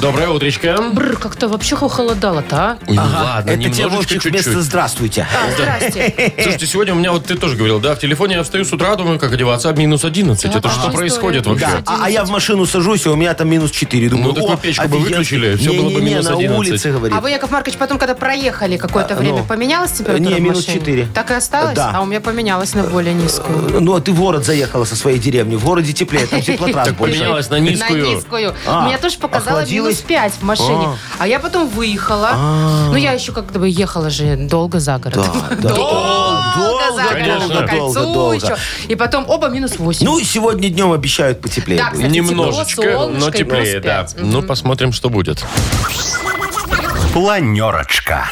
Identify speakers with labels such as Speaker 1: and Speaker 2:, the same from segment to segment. Speaker 1: Доброе утречко.
Speaker 2: Бррр, как-то вообще холодало-то, а?
Speaker 1: Ну
Speaker 3: Это тебе, Вовчик, вместо «здравствуйте».
Speaker 2: А, здрасте.
Speaker 1: Слушайте, сегодня у меня, вот ты тоже говорил, да, в телефоне я встаю с утра, думаю, как одеваться, а минус 11. Это
Speaker 2: Да,
Speaker 1: что
Speaker 2: история.
Speaker 1: происходит вообще?
Speaker 3: Да, а, а я в машину сажусь, и у меня там минус 4. Думаю,
Speaker 1: Ну, такую
Speaker 3: «О,
Speaker 1: печку бы
Speaker 3: офигенно».
Speaker 1: выключили, всё было бы
Speaker 3: Не-не-не,
Speaker 1: минус
Speaker 3: на
Speaker 1: 11.
Speaker 3: улице, говорит.
Speaker 2: А вы, Яков Маркович, потом, когда проехали какое-то
Speaker 3: А,
Speaker 2: время,
Speaker 3: ну.
Speaker 2: поменялась температура
Speaker 3: Не,
Speaker 2: в
Speaker 3: минус
Speaker 2: машине?
Speaker 3: четыре.
Speaker 2: Так и осталось?
Speaker 3: Да.
Speaker 2: А у меня поменялась на более низкую.
Speaker 3: Ну, а ты в город заехала со своей деревни. В городе теплее, там теплотрасс
Speaker 1: Так
Speaker 3: больше.
Speaker 1: поменялась на
Speaker 2: На
Speaker 1: низкую.
Speaker 2: низкую.
Speaker 3: А,
Speaker 2: Меня тоже показало
Speaker 3: охладилось? А.
Speaker 2: минус 5 в машине. А я потом выехала. Ну, я еще как бы ехала же долго за город.
Speaker 3: Да, да.
Speaker 2: Долго
Speaker 3: Долго,
Speaker 2: за город,
Speaker 1: конечно.
Speaker 2: по
Speaker 3: Долго,
Speaker 2: кольцу
Speaker 3: долго.
Speaker 2: еще. И потом оба минус 8.
Speaker 3: Ну, сегодня днем обещают потеплее
Speaker 2: Да,
Speaker 3: будет.
Speaker 2: кстати,
Speaker 1: Немножечко,
Speaker 2: тепло, солнышко
Speaker 1: но
Speaker 2: и
Speaker 1: теплее,
Speaker 2: плюс
Speaker 1: да.
Speaker 2: пять. Мгм.
Speaker 1: Ну, посмотрим, что будет.
Speaker 4: Планерочка.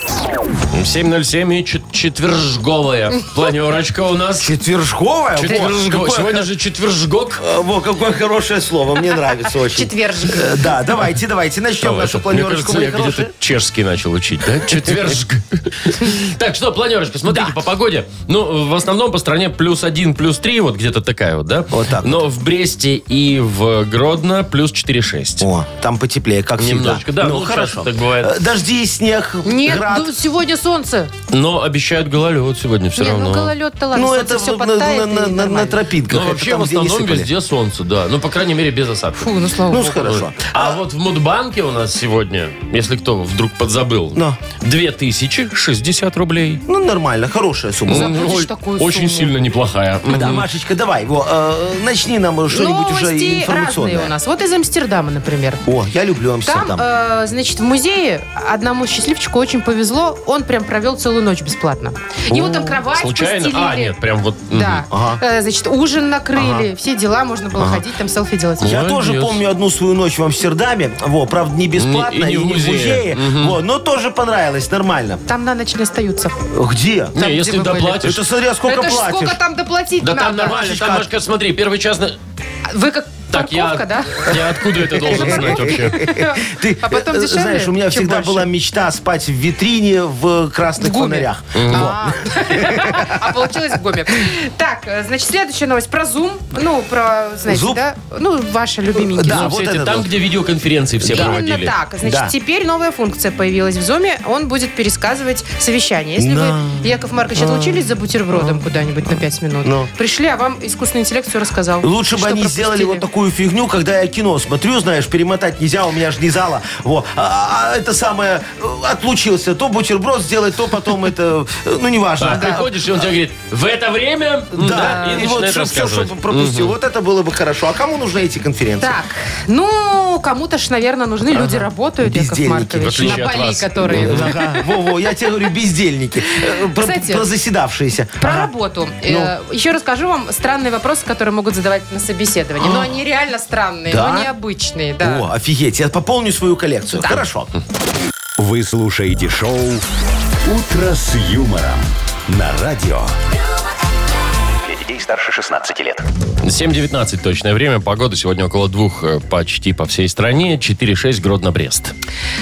Speaker 1: 7.07 и чет- четвержговая планерочка у нас.
Speaker 3: Четвержковая? Во,
Speaker 1: Четвержго.
Speaker 3: какое-
Speaker 1: Сегодня же четвержгок.
Speaker 3: э, Во, какое хорошее слово, мне нравится очень.
Speaker 2: Четвержг.
Speaker 3: Э, Да, давайте, давайте, начнем
Speaker 1: Давай,
Speaker 3: нашу
Speaker 1: это- Мне
Speaker 3: планерочку.
Speaker 1: кажется,
Speaker 3: мои
Speaker 1: я
Speaker 3: хорошие.
Speaker 1: где-то чешский начал учить, да? Четвержг. Так, что, планерочка, смотрите, по погоде. Ну, в основном по стране плюс один, плюс три, вот где-то такая вот, да?
Speaker 3: Вот так
Speaker 1: Но в Бресте и в Гродно плюс 4,6.
Speaker 3: О, там потеплее, как
Speaker 1: Немножечко,
Speaker 3: всегда.
Speaker 1: да, ну, часто так бывает.
Speaker 3: Э, Дожди, снег,
Speaker 2: Нет,
Speaker 3: град.
Speaker 2: ну, сегодня солнце.
Speaker 1: Но обещают гололед сегодня все
Speaker 2: Не, ну
Speaker 1: равно.
Speaker 2: гололед-то ладно,
Speaker 3: Ну,
Speaker 2: солнце
Speaker 3: это
Speaker 2: все
Speaker 3: в- на, на-
Speaker 2: подтает
Speaker 3: на-
Speaker 2: и
Speaker 3: на- на
Speaker 2: нормально.
Speaker 3: тропинках.
Speaker 1: Ну,
Speaker 3: это
Speaker 1: вообще,
Speaker 3: там,
Speaker 1: в
Speaker 3: где не
Speaker 1: основном
Speaker 3: сыпали.
Speaker 1: везде солнце, да. Ну, по крайней мере, без осадков.
Speaker 2: Фу, ну слава
Speaker 3: Ну,
Speaker 2: богу.
Speaker 3: хорошо.
Speaker 1: А вот в Мудбанке у нас сегодня, если кто вдруг подзабыл,
Speaker 3: Но.
Speaker 1: 2060 рублей.
Speaker 3: Ну, нормально, хорошая сумма.
Speaker 2: За- Заплатишь
Speaker 1: Ну, ой,
Speaker 2: такую
Speaker 1: Очень
Speaker 2: сумму.
Speaker 1: сильно неплохая.
Speaker 3: Да, Машечка, давай, во, э, начни нам что-нибудь
Speaker 2: Новости
Speaker 3: уже
Speaker 2: разные
Speaker 3: информационное.
Speaker 2: у нас. Вот из Амстердама, например.
Speaker 3: О, я люблю
Speaker 2: Там,
Speaker 3: Амстердам.
Speaker 2: э, значит, в музее одному счастливчику очень повезло. Он прям провел целую ночь бесплатно. Его там кровать
Speaker 1: Случайно?
Speaker 2: постелили.
Speaker 1: А, нет, прям вот. мгм.
Speaker 2: Да.
Speaker 3: Ага.
Speaker 2: Э, Значит, ужин накрыли. Все дела. Можно было ходить, там селфи делать.
Speaker 3: Я
Speaker 1: Молодец.
Speaker 3: тоже помню одну свою ночь в Амстердаме. Во, правда, не бесплатно,
Speaker 1: Не- и не в музее.
Speaker 3: Во, но тоже понравилось, нормально.
Speaker 2: Там на ночь не остаются.
Speaker 3: Где?
Speaker 1: Не,
Speaker 2: где
Speaker 1: если
Speaker 2: вы были?
Speaker 1: доплатишь.
Speaker 3: Это смотря сколько
Speaker 2: Это ж
Speaker 3: платишь.
Speaker 2: сколько там доплатить
Speaker 1: Да
Speaker 2: надо?
Speaker 1: там нормально, там,
Speaker 3: Машечка.
Speaker 1: Машка, смотри, первый час... на-
Speaker 2: Вы как
Speaker 1: Так, я,
Speaker 2: парковка, да?
Speaker 1: я откуда это должен знать вообще?
Speaker 3: Ты,
Speaker 2: а потом
Speaker 3: э, э,
Speaker 2: дешевле,
Speaker 3: Знаешь, у меня
Speaker 2: чем
Speaker 3: всегда
Speaker 2: больше?
Speaker 3: была мечта спать в витрине в э, красных
Speaker 2: В гуме.
Speaker 3: фонарях.
Speaker 2: А, а получилось в гуме. Так, э, значит, следующая новость про Zoom. Ну, про, знаете,
Speaker 3: Зуб?
Speaker 2: да? Ну, ваши любименькие.
Speaker 3: Да,
Speaker 1: Ну,
Speaker 3: вот
Speaker 1: все эти-
Speaker 3: это
Speaker 1: там,
Speaker 3: вот.
Speaker 1: где видеоконференции все
Speaker 2: Именно
Speaker 1: проводили.
Speaker 2: так. Значит,
Speaker 3: Да.
Speaker 2: теперь новая функция появилась в Зуме. Он будет пересказывать совещание. Если вы, Яков Маркович, отлучились за бутербродом
Speaker 3: А.
Speaker 2: куда-нибудь на 5 минут, пришли, а вам искусственный интеллект все рассказал.
Speaker 3: Ну. Лучше бы
Speaker 2: Что
Speaker 3: они сделали
Speaker 2: пропустили.
Speaker 3: вот такую фигню, когда я кино смотрю, знаешь, перемотать нельзя, у меня же не зала. Во. А, а, это самое, э, отлучился, то бутерброд сделать, то потом это, э, ну, неважно.
Speaker 1: А, Приходишь, и он тебе говорит, в это время...
Speaker 3: Да,
Speaker 1: и
Speaker 3: и вот
Speaker 1: начинает
Speaker 3: все,
Speaker 1: рассказывать.
Speaker 3: что пропустил. Вот это было бы хорошо. А кому нужны эти конференции?
Speaker 2: Так, ну, кому-то ж, наверное, нужны люди работают, Яков
Speaker 3: Бездельники,
Speaker 2: Маркович.
Speaker 1: в отличие от
Speaker 2: Наполи,
Speaker 1: вас.
Speaker 3: Ну,
Speaker 2: которые...
Speaker 3: Ага, Во-во, я тебе говорю, бездельники. Э, про-
Speaker 2: Кстати,
Speaker 3: Про заседавшиеся.
Speaker 2: Про
Speaker 3: Ага. Ну.
Speaker 2: работу. Э, Еще расскажу вам странные вопросы, которые могут задавать на собеседовании. Но они реально странные,
Speaker 3: А. Да?
Speaker 2: но необычные. Да.
Speaker 3: О, офигеть, я пополню свою коллекцию. Хорошо.
Speaker 4: Вы слушаете шоу «Утро с юмором» на радио. Для детей старше 16 лет.
Speaker 1: 7.19 точное время. Погода сегодня около двух э, почти по всей стране. 4.6 Гродно-Брест.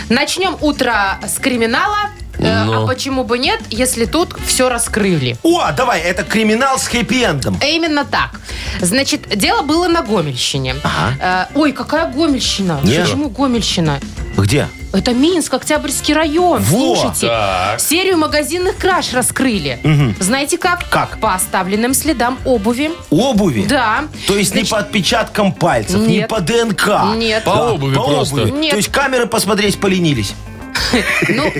Speaker 2: Начнем утро с криминала. Э,
Speaker 1: Ну.
Speaker 2: А почему бы нет, если тут все раскрыли? Э,
Speaker 3: О, давай, это криминал с хэппи-эндом.
Speaker 2: Именно так. Значит, дело было на Гомельщине. Э, ой, какая Гомельщина?
Speaker 3: Не.
Speaker 2: Почему Гомельщина?
Speaker 3: Где?
Speaker 2: Это Минск, Октябрьский район.
Speaker 3: Во!
Speaker 2: Слушайте, серию магазинных краж раскрыли. Знаете как?
Speaker 3: Как?
Speaker 2: По оставленным следам обуви.
Speaker 3: Обуви?
Speaker 2: Да.
Speaker 3: То есть а, не по отпечаткам пальцев, не
Speaker 2: Нет.
Speaker 3: по ДНК.
Speaker 2: Нет.
Speaker 1: По обуви просто.
Speaker 2: Нет.
Speaker 3: То есть камеры посмотреть поленились.
Speaker 2: Ну,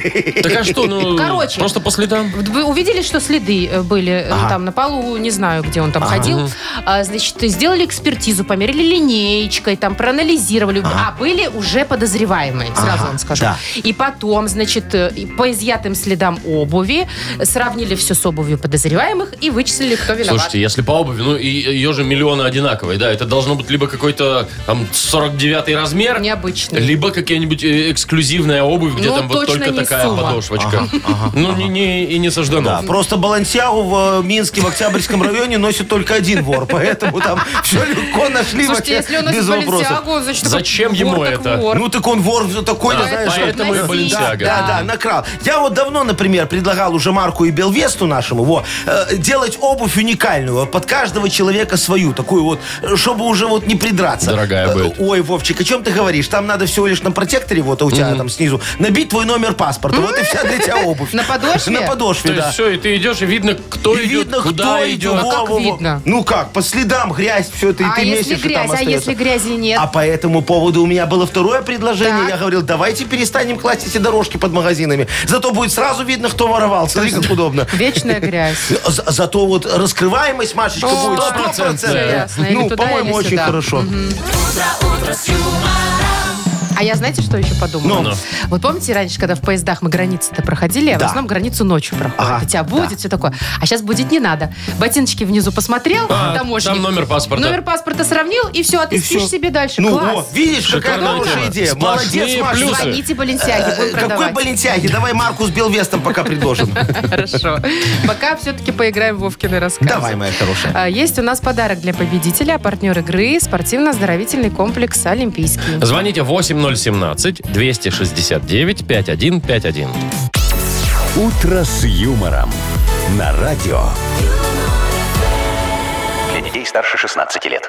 Speaker 1: Так а что, ну,
Speaker 2: Короче.
Speaker 1: просто по следам?
Speaker 2: Вот Вы увидели, что следы э, были э, там на полу, не знаю, где он там ходил. А, Значит, сделали экспертизу, померили линеечкой, там проанализировали. А были уже подозреваемые, сразу вам скажу.
Speaker 3: да.
Speaker 2: И потом, значит, э, и по изъятым следам обуви сравнили все с обувью подозреваемых и вычислили, кто виноват.
Speaker 1: Слушайте, если по обуви, ну, и- ее же миллионы одинаковые, да, это должно быть либо какой-то там 49-й размер,
Speaker 2: Необычно.
Speaker 1: либо какая-нибудь э, эксклюзивная обувь, где где
Speaker 2: Но
Speaker 1: там вот
Speaker 2: Ну, точно
Speaker 1: только
Speaker 2: не
Speaker 1: такая
Speaker 2: Сува.
Speaker 1: подошвочка. Ну, не- не- и не
Speaker 3: Да,
Speaker 1: Сажданов.
Speaker 3: просто Балансиагу в э, Минске, в Октябрьском районе носит только один вор, поэтому там все легко нашли
Speaker 2: Слушайте,
Speaker 3: вообще
Speaker 2: если он из
Speaker 3: без вопросов.
Speaker 2: Баленсиагу, значит, такой
Speaker 1: Зачем
Speaker 2: вор
Speaker 1: ему
Speaker 2: так
Speaker 1: это?
Speaker 2: вор.
Speaker 3: Ну так он вор такой,
Speaker 1: Да,
Speaker 3: знаешь, как-
Speaker 1: поэтому и
Speaker 2: относить,
Speaker 3: Да,
Speaker 1: Баленсиага.
Speaker 3: да, да, накрал. Я вот давно, например, предлагал уже Марку и Белвесту нашему во, э, делать обувь уникальную, под каждого человека свою, такую вот, э, чтобы уже вот не придраться.
Speaker 1: Дорогая
Speaker 3: Э,
Speaker 1: будет.
Speaker 3: Ой, Вовчик, о чем ты говоришь? Там надо всего лишь на протекторе, вот а у тебя там снизу, набить твой номер паспорта. Вот и вся для тебя обувь.
Speaker 2: На подошве?
Speaker 3: На
Speaker 1: То
Speaker 3: подошве,
Speaker 1: есть
Speaker 3: да.
Speaker 1: все, и ты идешь, и видно, кто
Speaker 3: И
Speaker 1: идет,
Speaker 3: видно,
Speaker 1: куда
Speaker 3: кто
Speaker 1: идет.
Speaker 3: идет.
Speaker 2: А как видно?
Speaker 3: Ну как, по следам грязь, все это, и
Speaker 2: а
Speaker 3: ты
Speaker 2: если
Speaker 3: месишь, и там
Speaker 2: грязь, а
Speaker 3: остается.
Speaker 2: если грязи нет?
Speaker 3: А по этому поводу у меня было второе предложение.
Speaker 2: Так.
Speaker 3: Я говорил, давайте перестанем класть эти дорожки под магазинами. Зато будет сразу видно, кто воровал. Смотри, как удобно.
Speaker 2: Вечная грязь.
Speaker 3: За- Зато вот раскрываемость, Машечка,
Speaker 2: О,
Speaker 3: будет
Speaker 2: стопроцентная.
Speaker 3: стопроцентная.
Speaker 2: Ясно, или
Speaker 3: Ну,
Speaker 2: туда,
Speaker 3: по-моему,
Speaker 2: или
Speaker 3: очень
Speaker 2: сюда.
Speaker 3: хорошо.
Speaker 2: А я знаете, что еще подумала?
Speaker 3: Ну.
Speaker 2: Вот помните раньше, когда в поездах мы границы-то проходили, а в
Speaker 3: Да.
Speaker 2: основном границу ночью проходит.
Speaker 3: Ага,
Speaker 2: Хотя будет, все такое. А сейчас будет не надо. Ботиночки внизу посмотрел,
Speaker 1: А,
Speaker 2: таможенник.
Speaker 1: там номер паспорта.
Speaker 2: Номер паспорта сравнил, и все, а ты
Speaker 3: И
Speaker 2: спишь
Speaker 3: всё.
Speaker 2: себе дальше.
Speaker 3: Ну,
Speaker 2: Класс.
Speaker 3: о, видишь, какая
Speaker 1: Шикарная
Speaker 3: хорошая
Speaker 1: тема.
Speaker 3: идея.
Speaker 1: Сплошные
Speaker 3: Молодец, Машечка.
Speaker 1: плюсы.
Speaker 2: Звоните Баленсиаге, будем
Speaker 3: Э, Какой
Speaker 2: продавать.
Speaker 3: Балентяги? Давай Марку с Белвестом пока предложим.
Speaker 2: Хорошо. Пока все-таки поиграем в Вовкины рассказы.
Speaker 3: Давай, моя хорошая.
Speaker 2: А, Есть у нас подарок для победителя, а партнер игры – спортивно-оздоровительный комплекс «Олимпийский».
Speaker 1: Звоните 8017-269-5151.
Speaker 4: «Утро с юмором» на радио.
Speaker 5: Для детей старше 16 лет.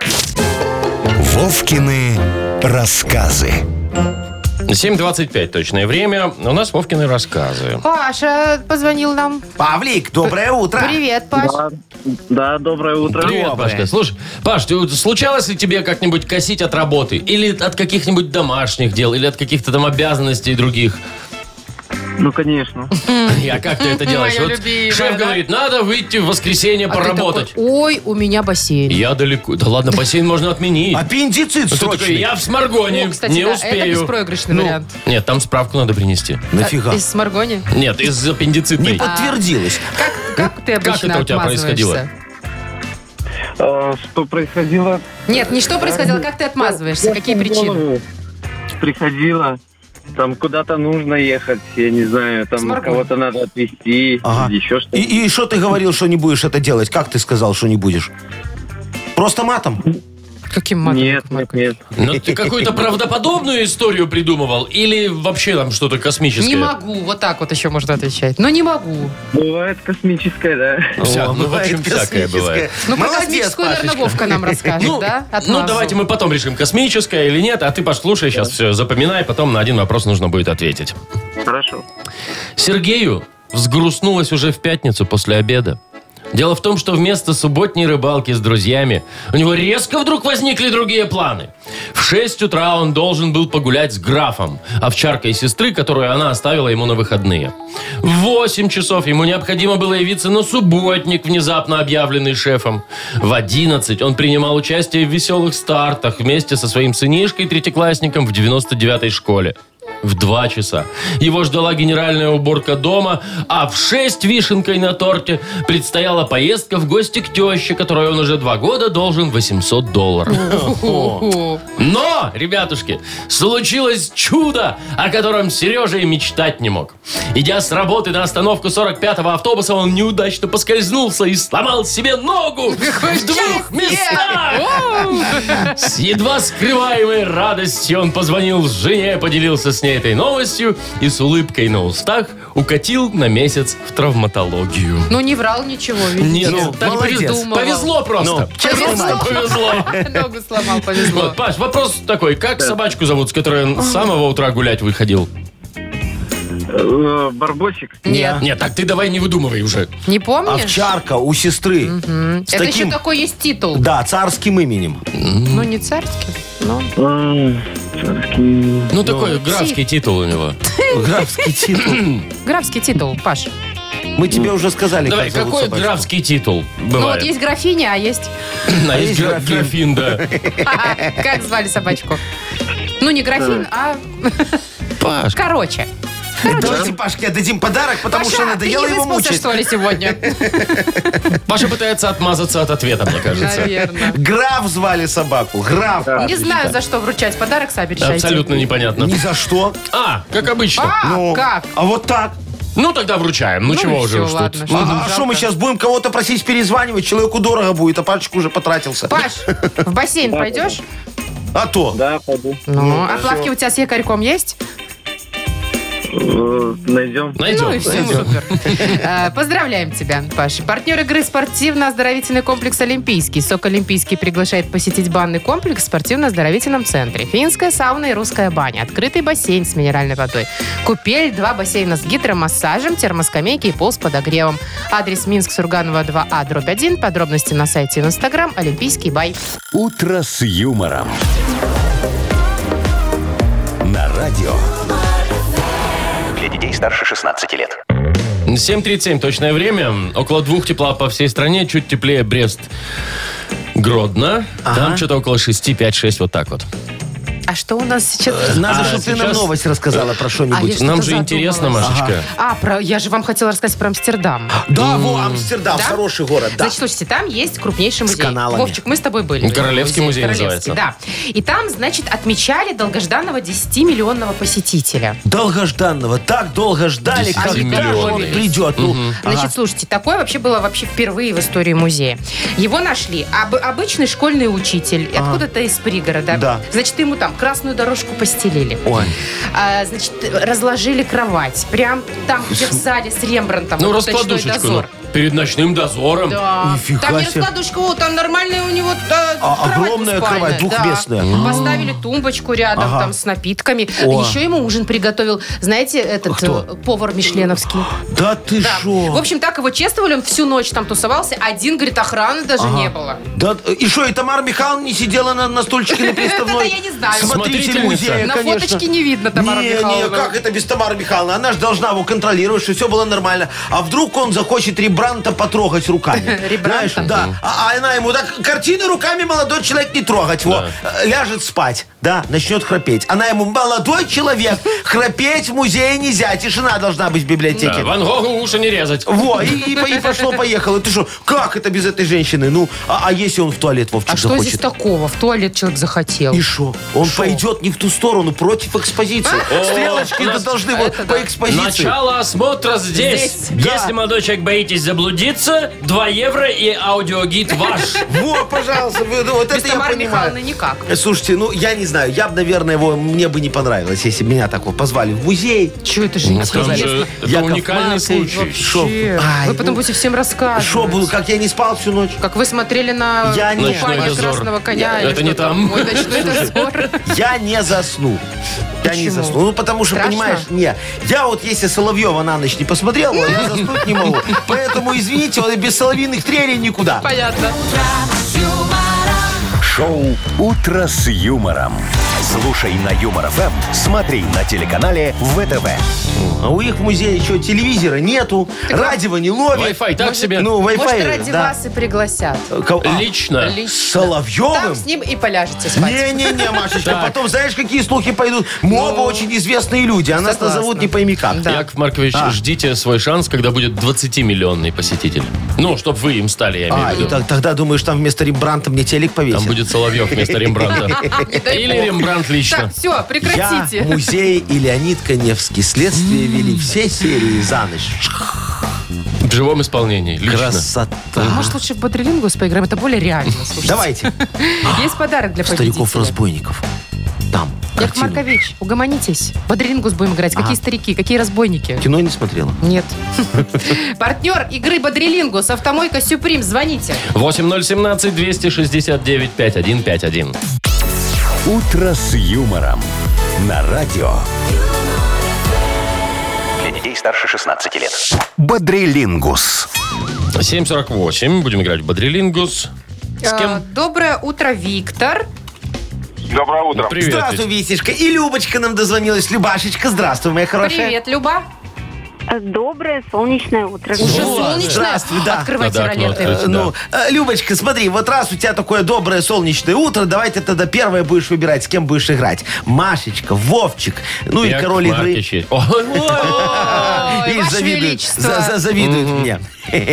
Speaker 4: Вовкины рассказы.
Speaker 1: 7.25 точное время. У нас Вовкины рассказы.
Speaker 2: Паша позвонил нам.
Speaker 3: Павлик, доброе утро.
Speaker 2: Привет, Паш.
Speaker 6: Да, да, доброе утро.
Speaker 1: Привет, Пашка. Слушай, Паш, ты вот случалось ли тебе как-нибудь косить от работы? Или от каких-нибудь домашних дел? Или от каких-то там обязанностей других?
Speaker 6: Ну, конечно.
Speaker 1: А как ты это
Speaker 2: Моя
Speaker 1: делаешь? Вот
Speaker 2: любимая,
Speaker 1: шеф
Speaker 2: да?
Speaker 1: говорит, надо выйти в воскресенье
Speaker 2: А ты
Speaker 1: поработать.
Speaker 2: такой, Ой, у меня бассейн.
Speaker 1: Я далеко. Да ладно, бассейн можно отменить.
Speaker 3: Аппендицит
Speaker 1: Ну, ты такой,
Speaker 3: срочный.
Speaker 1: я в Сморгоне,
Speaker 2: А О, кстати,
Speaker 1: не
Speaker 2: да, это
Speaker 1: успею. Ну,
Speaker 2: беспроигрышный вариант.
Speaker 1: Нет, там справку надо принести.
Speaker 3: Нафига?
Speaker 2: Э, Из Сморгони?
Speaker 1: Нет, из аппендицита.
Speaker 3: Не подтвердилось.
Speaker 2: Как, как ты
Speaker 1: Как
Speaker 2: обычно
Speaker 1: это у тебя
Speaker 2: отмазываешься?
Speaker 1: происходило?
Speaker 6: Э, Что происходило?
Speaker 2: Нет, не что происходило, как ты отмазываешься, какие причины?
Speaker 6: Приходило. Там куда-то нужно ехать, я не знаю, там
Speaker 2: Сморгон.
Speaker 6: кого-то надо отвезти,
Speaker 3: Ага.
Speaker 6: еще что-то.
Speaker 3: И, и что ты говорил, что не будешь это делать? Как ты сказал, что не будешь? Просто матом?
Speaker 2: Каким матом?
Speaker 6: Нет,
Speaker 2: Яков
Speaker 6: нет,
Speaker 2: Маркович?
Speaker 6: нет.
Speaker 1: Ну, ты какую-то правдоподобную историю придумывал? Или вообще там что-то космическое?
Speaker 2: Не могу, вот так вот еще можно отвечать. Но не могу.
Speaker 6: Бывает космическое, да.
Speaker 1: Вся- ну, в
Speaker 3: Бывает
Speaker 1: общем, всякое
Speaker 3: космическое.
Speaker 1: бывает.
Speaker 2: Ну, про
Speaker 3: Молодец,
Speaker 2: космическую, наверное,
Speaker 3: Пашечка.
Speaker 2: Вовка нам расскажет,
Speaker 1: Ну,
Speaker 2: да?
Speaker 1: ну,
Speaker 2: Отмазал.
Speaker 1: давайте мы потом решим, космическое или нет. А ты, Паш, слушай, сейчас все запоминай. Потом на один вопрос нужно будет ответить.
Speaker 6: Хорошо.
Speaker 1: Сергею взгрустнулось уже в пятницу после обеда. Дело в том, что вместо субботней рыбалки с друзьями у него резко вдруг возникли другие планы. В 6 утра он должен был погулять с графом, овчаркой сестры, которую она оставила ему на выходные. В 8 часов ему необходимо было явиться на субботник, внезапно объявленный шефом. В 11 он принимал участие в веселых стартах вместе со своим сынишкой-третьеклассником в 99-й школе. В два часа. Его ждала генеральная уборка дома, а в шесть вишенкой на торте предстояла поездка в гости к теще, которой он уже два года должен 800 долларов.
Speaker 2: О,
Speaker 1: Но, ребятушки, случилось чудо, о котором Сережа и мечтать не мог. Идя с работы на остановку 45-го автобуса, он неудачно поскользнулся и сломал себе ногу в двух местах. С едва скрываемой радостью он позвонил жене, поделился с ней этой новостью и с улыбкой на устах укатил на месяц в травматологию.
Speaker 2: Ну, не врал ничего,
Speaker 1: Нет,
Speaker 2: видите.
Speaker 3: ну,
Speaker 1: так
Speaker 3: молодец.
Speaker 1: повезло. Повезло просто.
Speaker 3: Ну,
Speaker 1: Просто повезло.
Speaker 2: Ногу сломал, повезло.
Speaker 1: Вот, Паш, вопрос такой. Как собачку зовут, с которой он с самого утра гулять выходил?
Speaker 6: Э, Барбосик.
Speaker 2: Нет,
Speaker 1: Нет, так ты давай не выдумывай уже.
Speaker 2: не
Speaker 1: А
Speaker 2: помнишь?
Speaker 3: Овчарка у сестры. С
Speaker 2: Это еще
Speaker 3: таким,
Speaker 2: такой есть титул.
Speaker 3: да, царским именем.
Speaker 2: Ну, не царский, но...
Speaker 6: М, царский.
Speaker 1: Ну, такой графский титул у него.
Speaker 3: Графский титул.
Speaker 2: Графский титул, Паш. Ну,
Speaker 3: Мы тебе уже сказали,
Speaker 1: Давай,
Speaker 3: как зовут
Speaker 1: какой
Speaker 3: собачку.
Speaker 1: графский титул
Speaker 2: Ну, вот
Speaker 1: бывает?
Speaker 2: есть графиня, а есть...
Speaker 1: А есть
Speaker 3: есть
Speaker 1: гра- графин,
Speaker 3: графин.
Speaker 1: да.
Speaker 2: А, Как звали собачку? Ну, не
Speaker 3: Э.
Speaker 2: графин, а...
Speaker 1: Паш,
Speaker 2: Короче.
Speaker 3: Давайте Пашке отдадим подарок, потому
Speaker 2: Паша,
Speaker 3: что
Speaker 2: ты не
Speaker 3: надоело его
Speaker 2: выспался,
Speaker 3: мучить.
Speaker 2: что ли, сегодня?
Speaker 1: Маша пытается отмазаться от ответа, мне кажется.
Speaker 2: Наверное.
Speaker 3: Граф звали собаку. Граф.
Speaker 2: Не знаю, за что вручать подарок, сами решайте.
Speaker 1: Абсолютно непонятно.
Speaker 3: Ни за что.
Speaker 1: А, как обычно.
Speaker 2: А, как?
Speaker 3: А вот так.
Speaker 1: Ну, тогда вручаем. Ну,
Speaker 2: Ну
Speaker 1: чего
Speaker 2: и
Speaker 1: уже
Speaker 2: всё,
Speaker 1: уж
Speaker 2: ладно,
Speaker 1: тут.
Speaker 2: что
Speaker 3: А
Speaker 2: там
Speaker 3: что мы
Speaker 2: жалко.
Speaker 3: сейчас будем кого-то просить перезванивать? Человеку дорого будет, а пальчик уже потратился.
Speaker 2: Паш, в бассейн пойдешь?
Speaker 3: А то.
Speaker 6: Да, пойду.
Speaker 2: Ну, а плавки у тебя с якорьком есть?
Speaker 6: Э, Найдем.
Speaker 1: Найдем.
Speaker 2: Ну и все,
Speaker 1: найдем.
Speaker 2: супер. Э, Поздравляем тебя, Паша. Партнер игры спортивно-оздоровительный комплекс «Олимпийский». СОК «Олимпийский» приглашает посетить банный комплекс в спортивно-оздоровительном центре. Финская сауна и русская баня. Открытый бассейн с минеральной водой. Купель, два бассейна с гидромассажем, термоскамейки и пол с подогревом. Адрес Минск, Сурганова 2А, дробь 1. Подробности на сайте и в Инстаграм «Олимпийский бай».
Speaker 4: «Утро с юмором». На радио.
Speaker 5: Для детей старше 16 лет.
Speaker 1: 7.37 точное время. Около двух тепла по всей стране. Чуть теплее Брест. Гродно. Там что-то около 6, 5, 6, вот так вот.
Speaker 2: А что у нас сейчас?
Speaker 3: Надо,
Speaker 1: А,
Speaker 3: чтобы ты нам
Speaker 1: сейчас-
Speaker 3: новость рассказала про
Speaker 2: А я
Speaker 3: что-нибудь.
Speaker 2: что-то
Speaker 1: Нам же
Speaker 2: задумалась.
Speaker 1: интересно, Машечка.
Speaker 2: А, про, я же вам хотела рассказать про Амстердам.
Speaker 3: Да, во, Амстердам,
Speaker 2: Да?
Speaker 3: хороший город, да.
Speaker 2: Значит, слушайте, там есть крупнейший музей.
Speaker 3: каналами.
Speaker 2: Вовчик, мы с тобой были.
Speaker 1: Ну, Королевский музей
Speaker 2: Королевский,
Speaker 1: называется.
Speaker 2: Да. И там, значит, отмечали долгожданного 10-миллионного посетителя.
Speaker 3: Долгожданного. Так долго ждали, когда же он
Speaker 1: Десятимиллионный.
Speaker 3: придет. Ну,
Speaker 2: Значит, слушайте, такое вообще было вообще впервые в истории музея. Его нашли об- обычный школьный учитель, откуда-то из пригорода.
Speaker 3: Да.
Speaker 2: Значит, ему там красную дорожку постелили.
Speaker 3: Ой.
Speaker 2: А, значит, разложили кровать. Прям там, где в зале с Рембрандтом.
Speaker 1: Ну,
Speaker 2: вот ночной
Speaker 1: раскладушечку. ну,
Speaker 2: дозор.
Speaker 1: перед ночным дозором.
Speaker 2: Да.
Speaker 3: Нифига
Speaker 2: там не
Speaker 3: себе.
Speaker 2: раскладушка, вот там нормальная у него да,
Speaker 3: А,
Speaker 2: кровать
Speaker 3: огромная
Speaker 2: двуспальная,
Speaker 3: кровать,
Speaker 2: да.
Speaker 3: двухместная.
Speaker 2: Поставили тумбочку рядом
Speaker 3: Ага.
Speaker 2: там с напитками.
Speaker 3: О.
Speaker 2: Еще ему ужин приготовил, знаете, этот
Speaker 3: Кто?
Speaker 2: э, повар Мишленовский.
Speaker 3: Да ты
Speaker 2: Да.
Speaker 3: шо?
Speaker 2: В общем, так его чествовали, он всю ночь там тусовался. Один, говорит, охраны даже не было.
Speaker 3: Да, и что, и Тамара Михайловна не сидела на, на стульчике на приставной?
Speaker 2: Это-то я не знаю.
Speaker 3: Смотритель музея,
Speaker 2: На
Speaker 3: Э, конечно.
Speaker 2: фоточке не видно Тамару
Speaker 3: не,
Speaker 2: Михайловну.
Speaker 3: Не, как это без Тамары Михайловны? Она же должна его контролировать, что все было нормально. А вдруг он захочет Ребранта потрогать руками?
Speaker 2: Рембрандта?
Speaker 3: Знаешь, да. А, а она ему так, картины руками молодой человек не трогать. Во, Э, ляжет спать, да, начнет храпеть. Она ему, молодой человек, храпеть в музее нельзя, тишина должна быть в библиотеке.
Speaker 1: Да, Э, Ван Гогу уши не резать.
Speaker 3: Во, и, и по- и пошло-поехало. Ты что, как это без этой женщины? Ну, а, а если он в туалет, Вовчик,
Speaker 2: А что
Speaker 3: захочет?
Speaker 2: здесь такого? В туалет человек захотел.
Speaker 3: И шо? Он пойдет не в ту сторону, против экспозиции.
Speaker 2: А?
Speaker 3: Стрелочки
Speaker 1: у нас
Speaker 3: должны вот
Speaker 2: это да.
Speaker 3: по экспозиции.
Speaker 1: Начало осмотра здесь.
Speaker 2: Здесь.
Speaker 1: Если, молодой человек, боитесь заблудиться, 2 евро и аудиогид ваш.
Speaker 3: Во, пожалуйста, вы- ну, вот
Speaker 2: Без
Speaker 3: это я
Speaker 2: Тамары
Speaker 3: понимаю.
Speaker 2: Михайловны никак.
Speaker 3: Э, Слушайте, ну я не знаю, я бы, наверное, его мне бы не понравилось, если бы меня так вот позвали в музей.
Speaker 2: Чего это
Speaker 3: Ну,
Speaker 2: же
Speaker 1: Там
Speaker 2: интересно?
Speaker 1: же это
Speaker 3: Яков
Speaker 1: уникальный
Speaker 3: Маркович,
Speaker 1: случай.
Speaker 3: Шо?
Speaker 2: Вообще.
Speaker 3: Ай,
Speaker 2: Вы потом
Speaker 3: ну,
Speaker 2: будете всем рассказывать.
Speaker 3: шо был, как я не спал всю ночь.
Speaker 2: Как вы смотрели на
Speaker 3: Я не-
Speaker 2: купание
Speaker 1: Ночной дозор.
Speaker 2: красного
Speaker 1: Я-
Speaker 2: коня. или
Speaker 1: это
Speaker 2: что
Speaker 1: не там.
Speaker 2: Ой, ночной дозор.
Speaker 3: Я не засну. Я не
Speaker 2: Почему?
Speaker 3: засну. Ну, потому что,
Speaker 2: Страшно?
Speaker 3: понимаешь, не. Я вот если Соловьева на ночь не посмотрел, я заснуть не могу. Поэтому, извините, он и без соловьиных трелей никуда.
Speaker 2: Понятно.
Speaker 4: Шоу «Утро с юмором». Слушай на Юмор ФМ, смотри на телеканале ВТВ.
Speaker 3: А у их в музее еще телевизора нету, радио не ловит.
Speaker 1: Wi-Fi так себе.
Speaker 3: Ну, Wi-Fi,
Speaker 2: Может, ради
Speaker 3: да.
Speaker 2: вас и пригласят.
Speaker 3: Кого- а,
Speaker 1: Лично.
Speaker 3: с
Speaker 2: Лично. Там
Speaker 3: Соловьевым?
Speaker 2: с ним и поляжете спать.
Speaker 3: Не-не-не, Машечка,
Speaker 1: Так. Ну,
Speaker 3: потом знаешь, какие слухи пойдут? Мы оба очень известные люди, а нас
Speaker 2: согласна.
Speaker 3: назовут не пойми как. Э,
Speaker 2: Да.
Speaker 1: Яков Маркович, ждите свой шанс, когда будет 20-миллионный посетитель. Ну, чтоб вы им стали, я имею в
Speaker 3: А, и
Speaker 1: виду.
Speaker 3: так- тогда думаешь, там вместо Рембранта мне телек
Speaker 1: Там
Speaker 3: повесят?
Speaker 1: будет Соловьев вместо Рембрандта. Или Рембрандт лично.
Speaker 2: Так, все,
Speaker 3: Я,
Speaker 2: прекратите.
Speaker 3: музей и Леонид Коневский. Следствие вели все серии за ночь.
Speaker 1: В живом исполнении. Лично.
Speaker 3: Красота.
Speaker 2: А Может, лучше в Бодрилингус поиграем? Это более реально, слушайте.
Speaker 3: Давайте.
Speaker 2: Есть подарок для победителя.
Speaker 3: Стариков-разбойников. Там.
Speaker 2: Яков
Speaker 3: картина.
Speaker 2: Маркович, угомонитесь. Бодрилингус будем играть. Какие старики, какие разбойники?
Speaker 3: Кино не смотрела?
Speaker 2: Нет. Партнер игры Бодрилингус. Автомойка Сюприм. Звоните.
Speaker 1: 8017-269-5151.
Speaker 4: «Утро с юмором» на радио
Speaker 5: Для детей старше 16 лет.
Speaker 4: «Бодрилингус».
Speaker 1: 748. Будем играть в Бодрилингус. С
Speaker 2: Э,
Speaker 1: кем?
Speaker 2: Доброе утро, Виктор.
Speaker 7: Доброе утро.
Speaker 1: Ну, Привет.
Speaker 3: Здравствуй, Витишка. И Любочка нам дозвонилась. Любашечка, здравствуй, моя хорошая.
Speaker 2: Привет, Люба.
Speaker 8: Доброе солнечное утро.
Speaker 2: Уже
Speaker 1: Ну, ладно.
Speaker 2: солнечно.
Speaker 3: Здравствуй, да.
Speaker 2: Открывайте
Speaker 1: Надо окно
Speaker 2: ролеты.
Speaker 1: открыть.
Speaker 3: Э, Ну, э, Любочка, смотри, вот раз у тебя такое доброе солнечное утро, давай ты тогда первое будешь выбирать, с кем будешь играть. Машечка, Вовчик, ну и
Speaker 1: Яков
Speaker 3: король игры.
Speaker 1: Маркович. О, о, о.
Speaker 2: Ой,
Speaker 3: Видишь,
Speaker 2: Ваше
Speaker 3: завидует-
Speaker 2: Величество.
Speaker 3: за- за- завидует мне.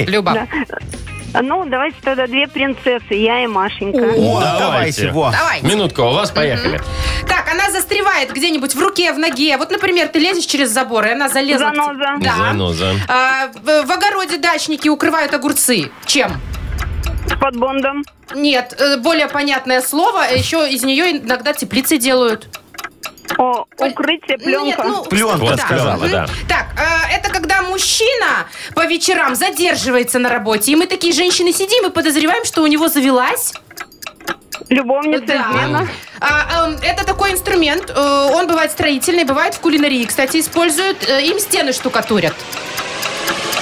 Speaker 2: Люба.
Speaker 8: Ну, давайте тогда две принцессы, я и Машенька.
Speaker 3: О,
Speaker 1: Ну, Давайте.
Speaker 3: давайте, во.
Speaker 2: Давай.
Speaker 1: Минутка у вас, поехали.
Speaker 2: Так, она застревает где-нибудь в руке, в ноге. Вот, например, ты лезешь через забор, и она залезла. в те-
Speaker 8: Заноза.
Speaker 2: Да.
Speaker 1: Заноза.
Speaker 2: А, в, в огороде дачники укрывают огурцы. Чем?
Speaker 8: Под Бондом.
Speaker 2: Нет, э, более понятное слово. а Еще из нее иногда теплицы делают.
Speaker 8: О, укрытие, пленка.
Speaker 2: Нет, ну, да.
Speaker 3: Пленка сказала,
Speaker 2: Мгм.
Speaker 1: да.
Speaker 2: Так, э, это когда мужчина по вечерам задерживается на работе, и мы такие женщины сидим и подозреваем, что у него завелась.
Speaker 8: Любовница,
Speaker 2: Э, Да.
Speaker 8: измена.
Speaker 2: А, эм, это такой инструмент. э, он бывает строительный, бывает в кулинарии. Кстати, используют. э, им стены штукатурят.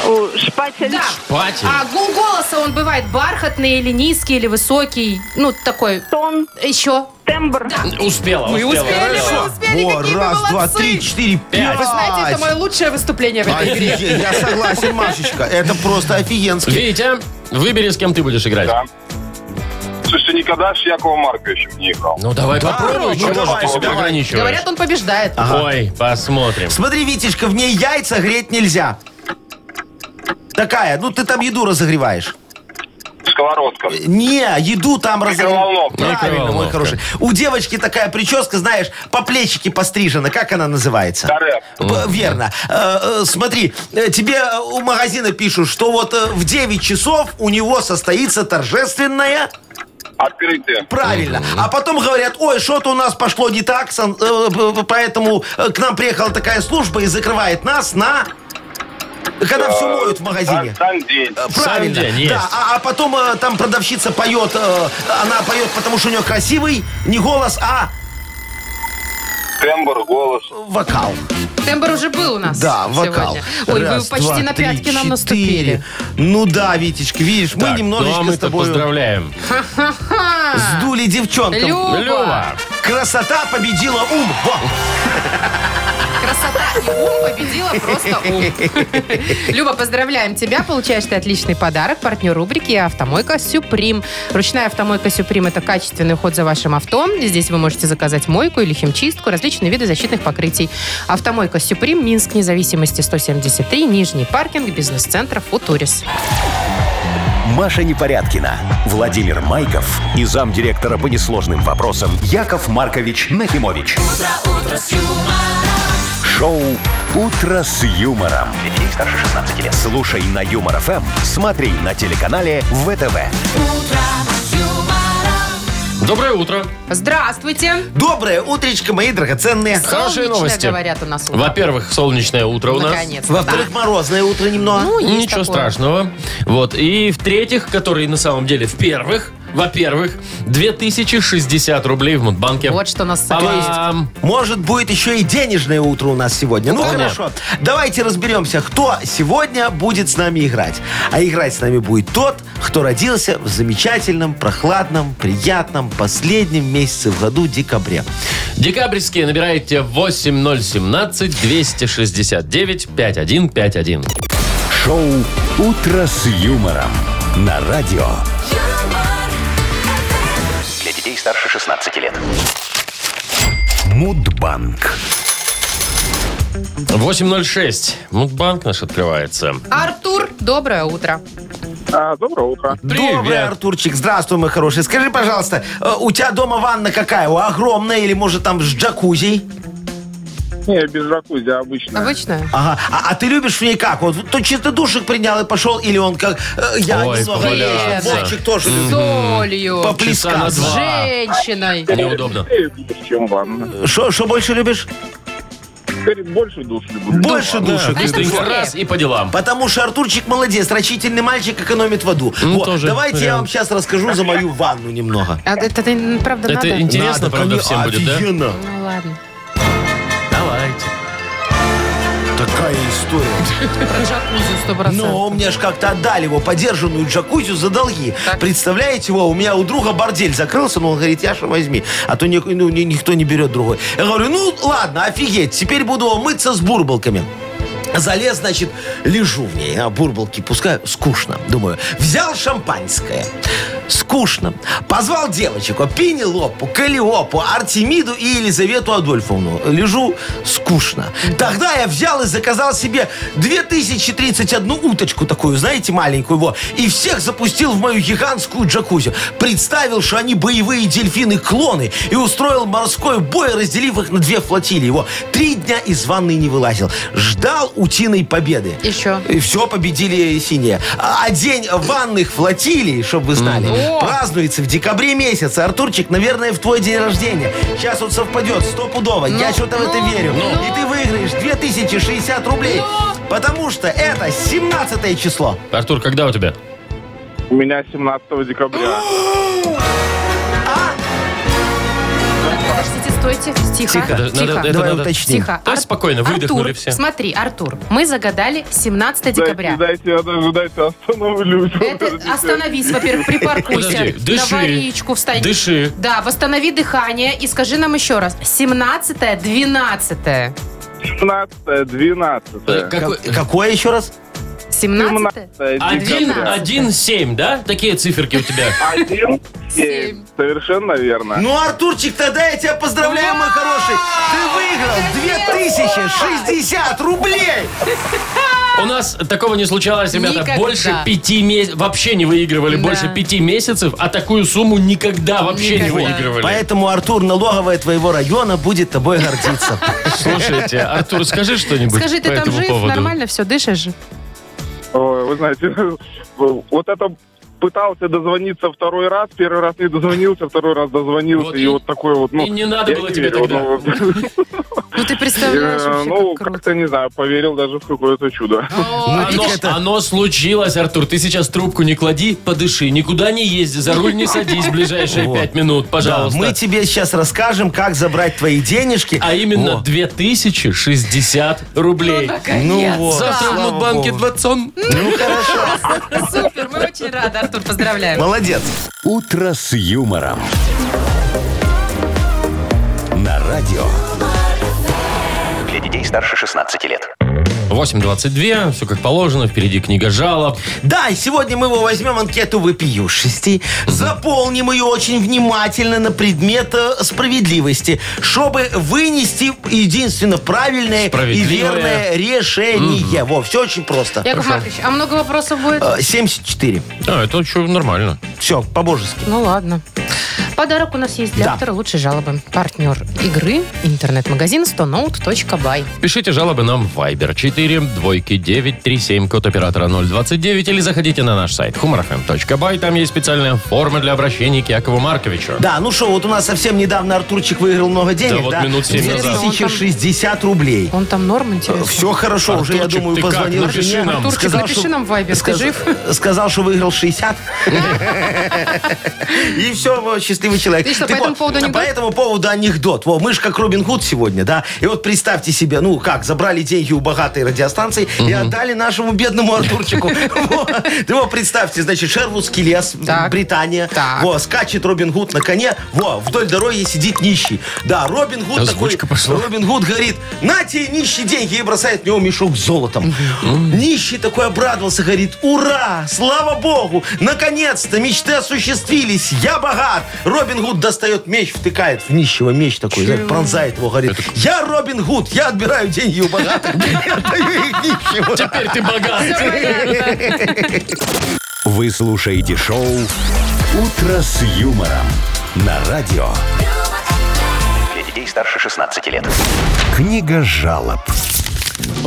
Speaker 8: О, Шпатель.
Speaker 2: Да.
Speaker 1: Пати.
Speaker 2: А гул голоса он бывает бархатный или низкий, или высокий. Ну, такой.
Speaker 8: Тон.
Speaker 2: Еще.
Speaker 8: Тембр.
Speaker 1: Успела,
Speaker 2: Мы
Speaker 1: успела.
Speaker 2: успели, мы успели,
Speaker 3: Во,
Speaker 2: какие мы
Speaker 3: раз, два,
Speaker 2: молодцы. А
Speaker 3: три, четыре, пять.
Speaker 2: Вы знаете, это мое лучшее выступление в этой игре.
Speaker 3: Офигеть, я согласен, Машечка. Это просто офигенски.
Speaker 1: Витя, выбери, с кем ты будешь играть.
Speaker 7: Да. Слушай, никогда с Яковом Марковичем не играл.
Speaker 1: Ну давай попробуй,
Speaker 3: ну,
Speaker 1: чего же
Speaker 3: давай,
Speaker 1: ты себя
Speaker 3: давай.
Speaker 1: ограничиваешь?
Speaker 2: Говорят, он побеждает.
Speaker 3: А.
Speaker 1: Ой, посмотрим.
Speaker 3: Смотри, Витечка, в ней яйца греть нельзя. Такая, ну ты там еду разогреваешь.
Speaker 7: Сковородка.
Speaker 3: Э, Не, еду там разогреваешь.
Speaker 7: Микроволновка.
Speaker 3: Правильно, мой
Speaker 1: Микроволновка.
Speaker 3: хороший. У девочки такая прическа, знаешь, по плечике пострижена. Как она называется?
Speaker 7: Каре.
Speaker 3: Б- Верно. Э, э, Смотри, э, тебе э, у магазина пишут, что вот э, в 9 часов у него состоится торжественная...
Speaker 7: Открытие.
Speaker 3: Правильно. А потом говорят, ой, что-то у нас пошло не так, сан- э, б- б- поэтому э, к нам приехала такая служба и закрывает нас на... Когда все
Speaker 7: Э,
Speaker 3: моют в магазине.
Speaker 7: Сам день.
Speaker 3: Э, Правильно.
Speaker 1: Э, а, Сам день
Speaker 3: да.
Speaker 1: есть.
Speaker 3: А, а потом э, там продавщица поет, э, она поет, потому что у нее красивый не голос, а
Speaker 7: Тембр, голос.
Speaker 3: вокал.
Speaker 2: Тембр уже был у нас
Speaker 3: Да, вокал.
Speaker 2: сегодня. Ой,
Speaker 3: Раз,
Speaker 2: вы почти
Speaker 3: два,
Speaker 2: на
Speaker 3: три,
Speaker 2: пятки нам
Speaker 3: четыре.
Speaker 2: наступили.
Speaker 3: Ну да, Витечка, видишь,
Speaker 1: Так,
Speaker 3: мы немножечко
Speaker 1: ну а
Speaker 3: с
Speaker 1: мы-то
Speaker 3: тобой
Speaker 1: поздравляем.
Speaker 2: Ха-ха!
Speaker 3: сдули девчонку.
Speaker 2: Люба,
Speaker 1: Лёва.
Speaker 3: Красота победила ум. Во.
Speaker 2: красота и ум победила просто ум. Люба, поздравляем тебя. Получаешь ты отличный подарок. Партнер рубрики «Автомойка Сюприм». Ручная «Автомойка Сюприм» — это качественный уход за вашим авто. Здесь вы можете заказать мойку или химчистку, различные виды защитных покрытий. «Автомойка Сюприм», Минск, независимости 173, Нижний паркинг, бизнес-центр «Футурис».
Speaker 4: Маша Непорядкина, Владимир Майков и замдиректора по несложным вопросам Яков Маркович Нахимович. Шоу Утро с юмором. Для детей старше 16 лет. Слушай на юмор ФМ, смотри на телеканале ВТВ.
Speaker 1: Доброе утро.
Speaker 2: Здравствуйте.
Speaker 3: Доброе утречко, мои драгоценные.
Speaker 1: Хорошие
Speaker 2: Солнечное,
Speaker 1: новости.
Speaker 2: говорят у нас утро.
Speaker 1: Во-первых, солнечное утро у нас.
Speaker 2: Наконец-то.
Speaker 3: Во-вторых, морозное утро немного.
Speaker 2: Ну, есть
Speaker 1: Ничего
Speaker 2: такое.
Speaker 1: страшного. Вот. И в-третьих, которые на самом деле в-первых, во-первых, 2060 рублей в Мудбанке.
Speaker 2: Вот что нас
Speaker 1: Па-бам.
Speaker 3: Может, будет еще и денежное утро у нас сегодня. Ну,
Speaker 1: Конечно.
Speaker 3: хорошо. Давайте разберемся, кто сегодня будет с нами играть. А играть с нами будет тот, кто родился в замечательном, прохладном, приятном последнем месяце в году декабре.
Speaker 1: Декабрьские набираете 8017 269 5151.
Speaker 4: Шоу Утро с юмором на радио.
Speaker 5: Для детей старше 16 лет.
Speaker 4: Мудбанк.
Speaker 1: 806. Мудбанк наш открывается.
Speaker 2: Артур, доброе утро.
Speaker 6: доброе утро.
Speaker 3: Добрый,
Speaker 1: Привет.
Speaker 3: Артурчик. Здравствуй, мой хороший. Скажи, пожалуйста, э, у тебя дома ванна какая? О, Огромная или, может, там с джакузи?
Speaker 6: Не, без жакузи обычно.
Speaker 2: Обычно?
Speaker 3: Ага. А, а ты любишь в ней как? Вот то чисто душик принял и пошел, или он как... э, я
Speaker 1: Ой,
Speaker 3: не смогу.
Speaker 1: поваляться.
Speaker 3: Вовчик тоже
Speaker 2: С
Speaker 3: любит.
Speaker 2: солью.
Speaker 1: Часа на
Speaker 3: Поплескаться.
Speaker 2: С
Speaker 1: два.
Speaker 2: женщиной.
Speaker 1: Неудобно.
Speaker 6: Скорее душ, чем ванна.
Speaker 3: Что что больше любишь?
Speaker 6: Скорее больше душ люблю.
Speaker 3: Больше душек.
Speaker 2: Конечно,
Speaker 1: Быстренько
Speaker 2: быстрее.
Speaker 1: раз и по делам.
Speaker 3: Потому что Артурчик молодец, рачительный мальчик экономит воду.
Speaker 1: Ну,
Speaker 3: Вот,
Speaker 1: тоже
Speaker 3: Давайте я
Speaker 1: вариант.
Speaker 3: вам сейчас расскажу за мою ванну немного.
Speaker 2: А это, это, м, правда
Speaker 1: Это
Speaker 2: надо?
Speaker 1: ин- Интересно, правда, всем будет, да?
Speaker 3: офигенно.
Speaker 2: Ну ладно.
Speaker 1: Давайте.
Speaker 3: Такая история.
Speaker 2: Про джакузи 100%.
Speaker 6: Ну.
Speaker 3: Но мне ж как-то отдали его подержанную джакузи за долги.
Speaker 2: Так.
Speaker 3: Представляете, его, у меня у друга бордель закрылся, но он говорит, Яша, возьми. А то ни- ну, ни- никто не берет другой. Я говорю, ну ладно, офигеть, теперь буду мыться с бурбалками. Залез, значит, лежу в ней, а бурбалки пускаю. Скучно, думаю. Взял шампанское. Скучно. Позвал девочек. о, Пенелопу, Калиопу, Артемиду и Елизавету Адольфовну. Лежу скучно. Тогда я взял и заказал себе 2031 уточку такую, знаете, маленькую. Во, и всех запустил в мою гигантскую джакузи. Представил, что они боевые дельфины-клоны. И устроил морской бой, разделив их на две флотилии. Его три дня из ванной не вылазил. Ждал утиной победы.
Speaker 2: И чё?
Speaker 3: И все, победили синие. А а день ванных флотилий, чтобы вы знали,
Speaker 2: О!
Speaker 3: празднуется в декабре месяце. Артурчик, наверное, в твой день рождения. Сейчас вот совпадет, стопудово. Я что-то в это верю. И ты выиграешь 2060 рублей. Потому что это 17 число.
Speaker 1: Артур, когда у тебя?
Speaker 6: У меня 17 декабря.
Speaker 2: Подождите, стойте. Тихо.
Speaker 3: Тихо.
Speaker 1: Надо- надо- это
Speaker 3: Давай
Speaker 1: надо-
Speaker 3: уточним.
Speaker 2: Тихо.
Speaker 1: Да, спокойно, выдохнули
Speaker 2: Артур,
Speaker 1: все.
Speaker 2: смотри, Артур, мы загадали 17 декабря.
Speaker 6: Дайте, дайте, я даже, дайте, остановлюсь.
Speaker 2: Это остановись, во-первых, припаркуйся.
Speaker 1: Подожди,
Speaker 2: На
Speaker 1: дыши.
Speaker 2: варичку встань.
Speaker 1: Дыши.
Speaker 2: Да, восстанови дыхание и скажи нам еще раз. 17 12
Speaker 6: 16, 12.
Speaker 1: Э, какой-
Speaker 3: Как- какое еще раз?
Speaker 2: 17
Speaker 3: А-
Speaker 1: Один, один, семь, да? Такие циферки у тебя.
Speaker 6: Один,
Speaker 2: Семь.
Speaker 6: семь. Совершенно
Speaker 7: А.
Speaker 6: верно.
Speaker 3: Ну, Артурчик, тогда я тебя поздравляю, мой хороший. Ты выиграл 2060 рублей.
Speaker 1: У нас такого не случалось, ребята.
Speaker 2: Никогда.
Speaker 1: Больше пяти месяцев. Вообще не выигрывали
Speaker 2: Да.
Speaker 1: больше пяти месяцев, а такую сумму никогда вообще не
Speaker 2: Никогда.
Speaker 1: выигрывали.
Speaker 3: Поэтому, Артур, налоговая твоего района будет тобой гордиться.
Speaker 1: Слушайте, Артур, скажи что-нибудь
Speaker 2: Скажи,
Speaker 1: по
Speaker 2: ты там
Speaker 1: этому
Speaker 2: жив?
Speaker 1: поводу.
Speaker 2: Нормально все, дышишь?
Speaker 6: Ой, вы знаете, вот это пытался дозвониться второй раз, первый раз не дозвонился, второй раз дозвонился,
Speaker 1: Вот
Speaker 6: и,
Speaker 1: и-
Speaker 6: вот такой вот, ну...
Speaker 1: и не надо
Speaker 6: я
Speaker 1: было
Speaker 6: не
Speaker 1: тебе
Speaker 6: верю,
Speaker 1: тогда.
Speaker 6: ну, вот,
Speaker 2: Ну, ты представляешь
Speaker 6: э,
Speaker 2: вообще,
Speaker 6: Ну,
Speaker 2: как
Speaker 6: как-то,
Speaker 2: круто.
Speaker 6: не знаю, поверил даже в какое-то чудо.
Speaker 1: Ну, Оно, оно случилось, Артур. Ты сейчас трубку не клади, подыши. Никуда не езди, за руль не садись в ближайшие
Speaker 3: Вот.
Speaker 1: пять минут,
Speaker 3: Да,
Speaker 1: пожалуйста.
Speaker 3: мы тебе сейчас расскажем, как забрать твои денежки.
Speaker 1: А именно
Speaker 3: Во.
Speaker 1: 2060 рублей.
Speaker 3: Ну вот,
Speaker 1: Завтра в
Speaker 3: слава
Speaker 1: Мудбанке
Speaker 3: богу.
Speaker 1: 20 он.
Speaker 2: Супер, мы очень рады, Артур, поздравляем.
Speaker 3: Молодец.
Speaker 4: «Утро с юмором». На радио.
Speaker 5: Для детей старше 16 лет.
Speaker 1: 8.22, все как положено, впереди книга жалоб.
Speaker 3: Да, и сегодня мы его возьмем анкету вопиюшести, заполним ее очень внимательно на предмет э, справедливости, чтобы вынести единственно правильное и
Speaker 1: Справедливое.
Speaker 3: верное решение. Во, все очень просто.
Speaker 2: Яков Маркович, а много вопросов будет?
Speaker 3: Э, 74.
Speaker 1: А, это что, нормально.
Speaker 3: Все, по-божески.
Speaker 2: Ну ладно. Подарок у нас есть для
Speaker 3: Да.
Speaker 2: автора лучшей жалобы. Партнер игры интернет-магазин 100note.by.
Speaker 1: Пишите жалобы нам в Viber 4 двойки 937 код оператора 029 или заходите на наш сайт humorfm.by. Там есть специальная форма для обращения к Якову Марковичу.
Speaker 3: Да, ну что, вот у нас совсем недавно Артурчик выиграл много денег.
Speaker 1: Да вот минут семь
Speaker 2: назад.
Speaker 3: 2060 рублей.
Speaker 2: Он там
Speaker 3: Э,
Speaker 2: норм, интересно.
Speaker 3: Все хорошо, уже, я
Speaker 1: Артурчик,
Speaker 3: думаю,
Speaker 1: ты
Speaker 3: позвонил
Speaker 1: как? Напиши
Speaker 3: жене.
Speaker 1: нам.
Speaker 2: Артурчик, напиши нам в Viber, ты
Speaker 3: сказ-
Speaker 2: жив?
Speaker 3: Сказал, что выиграл 60. И все, вот, счастливый человек.
Speaker 2: И что, по
Speaker 3: Так
Speaker 2: этому
Speaker 3: вот,
Speaker 2: поводу анекдот?
Speaker 3: По этому поводу анекдот. Во, мы же как Робин Худ сегодня, да? И вот представьте себе, ну как, забрали деньги у богатой радиостанции и отдали нашему бедному Артурчику. Во. Да вот представьте, значит, Шервудский лес,
Speaker 2: Так.
Speaker 3: Британия.
Speaker 2: Так.
Speaker 3: Во, скачет Робин Гуд на коне. Во, вдоль дороги сидит нищий. Да, Робин Гуд такой...
Speaker 1: Озвучка пошла.
Speaker 3: Робин Гуд говорит, на тебе нищие деньги, и бросает в него мешок с золотом. Нищий такой обрадовался, говорит, ура, слава богу, наконец-то мечты осуществились, я богат. Робин Гуд достает меч, втыкает в нищего меч такой, знаете, пронзает его, говорит, я Робин Гуд, я отбираю деньги у богатых, и отдаю их нищему.
Speaker 1: Теперь ты богат.
Speaker 4: Вы слушаете шоу «Утро с юмором». На радио.
Speaker 5: Для детей старше 16 лет.
Speaker 4: Книга жалоб.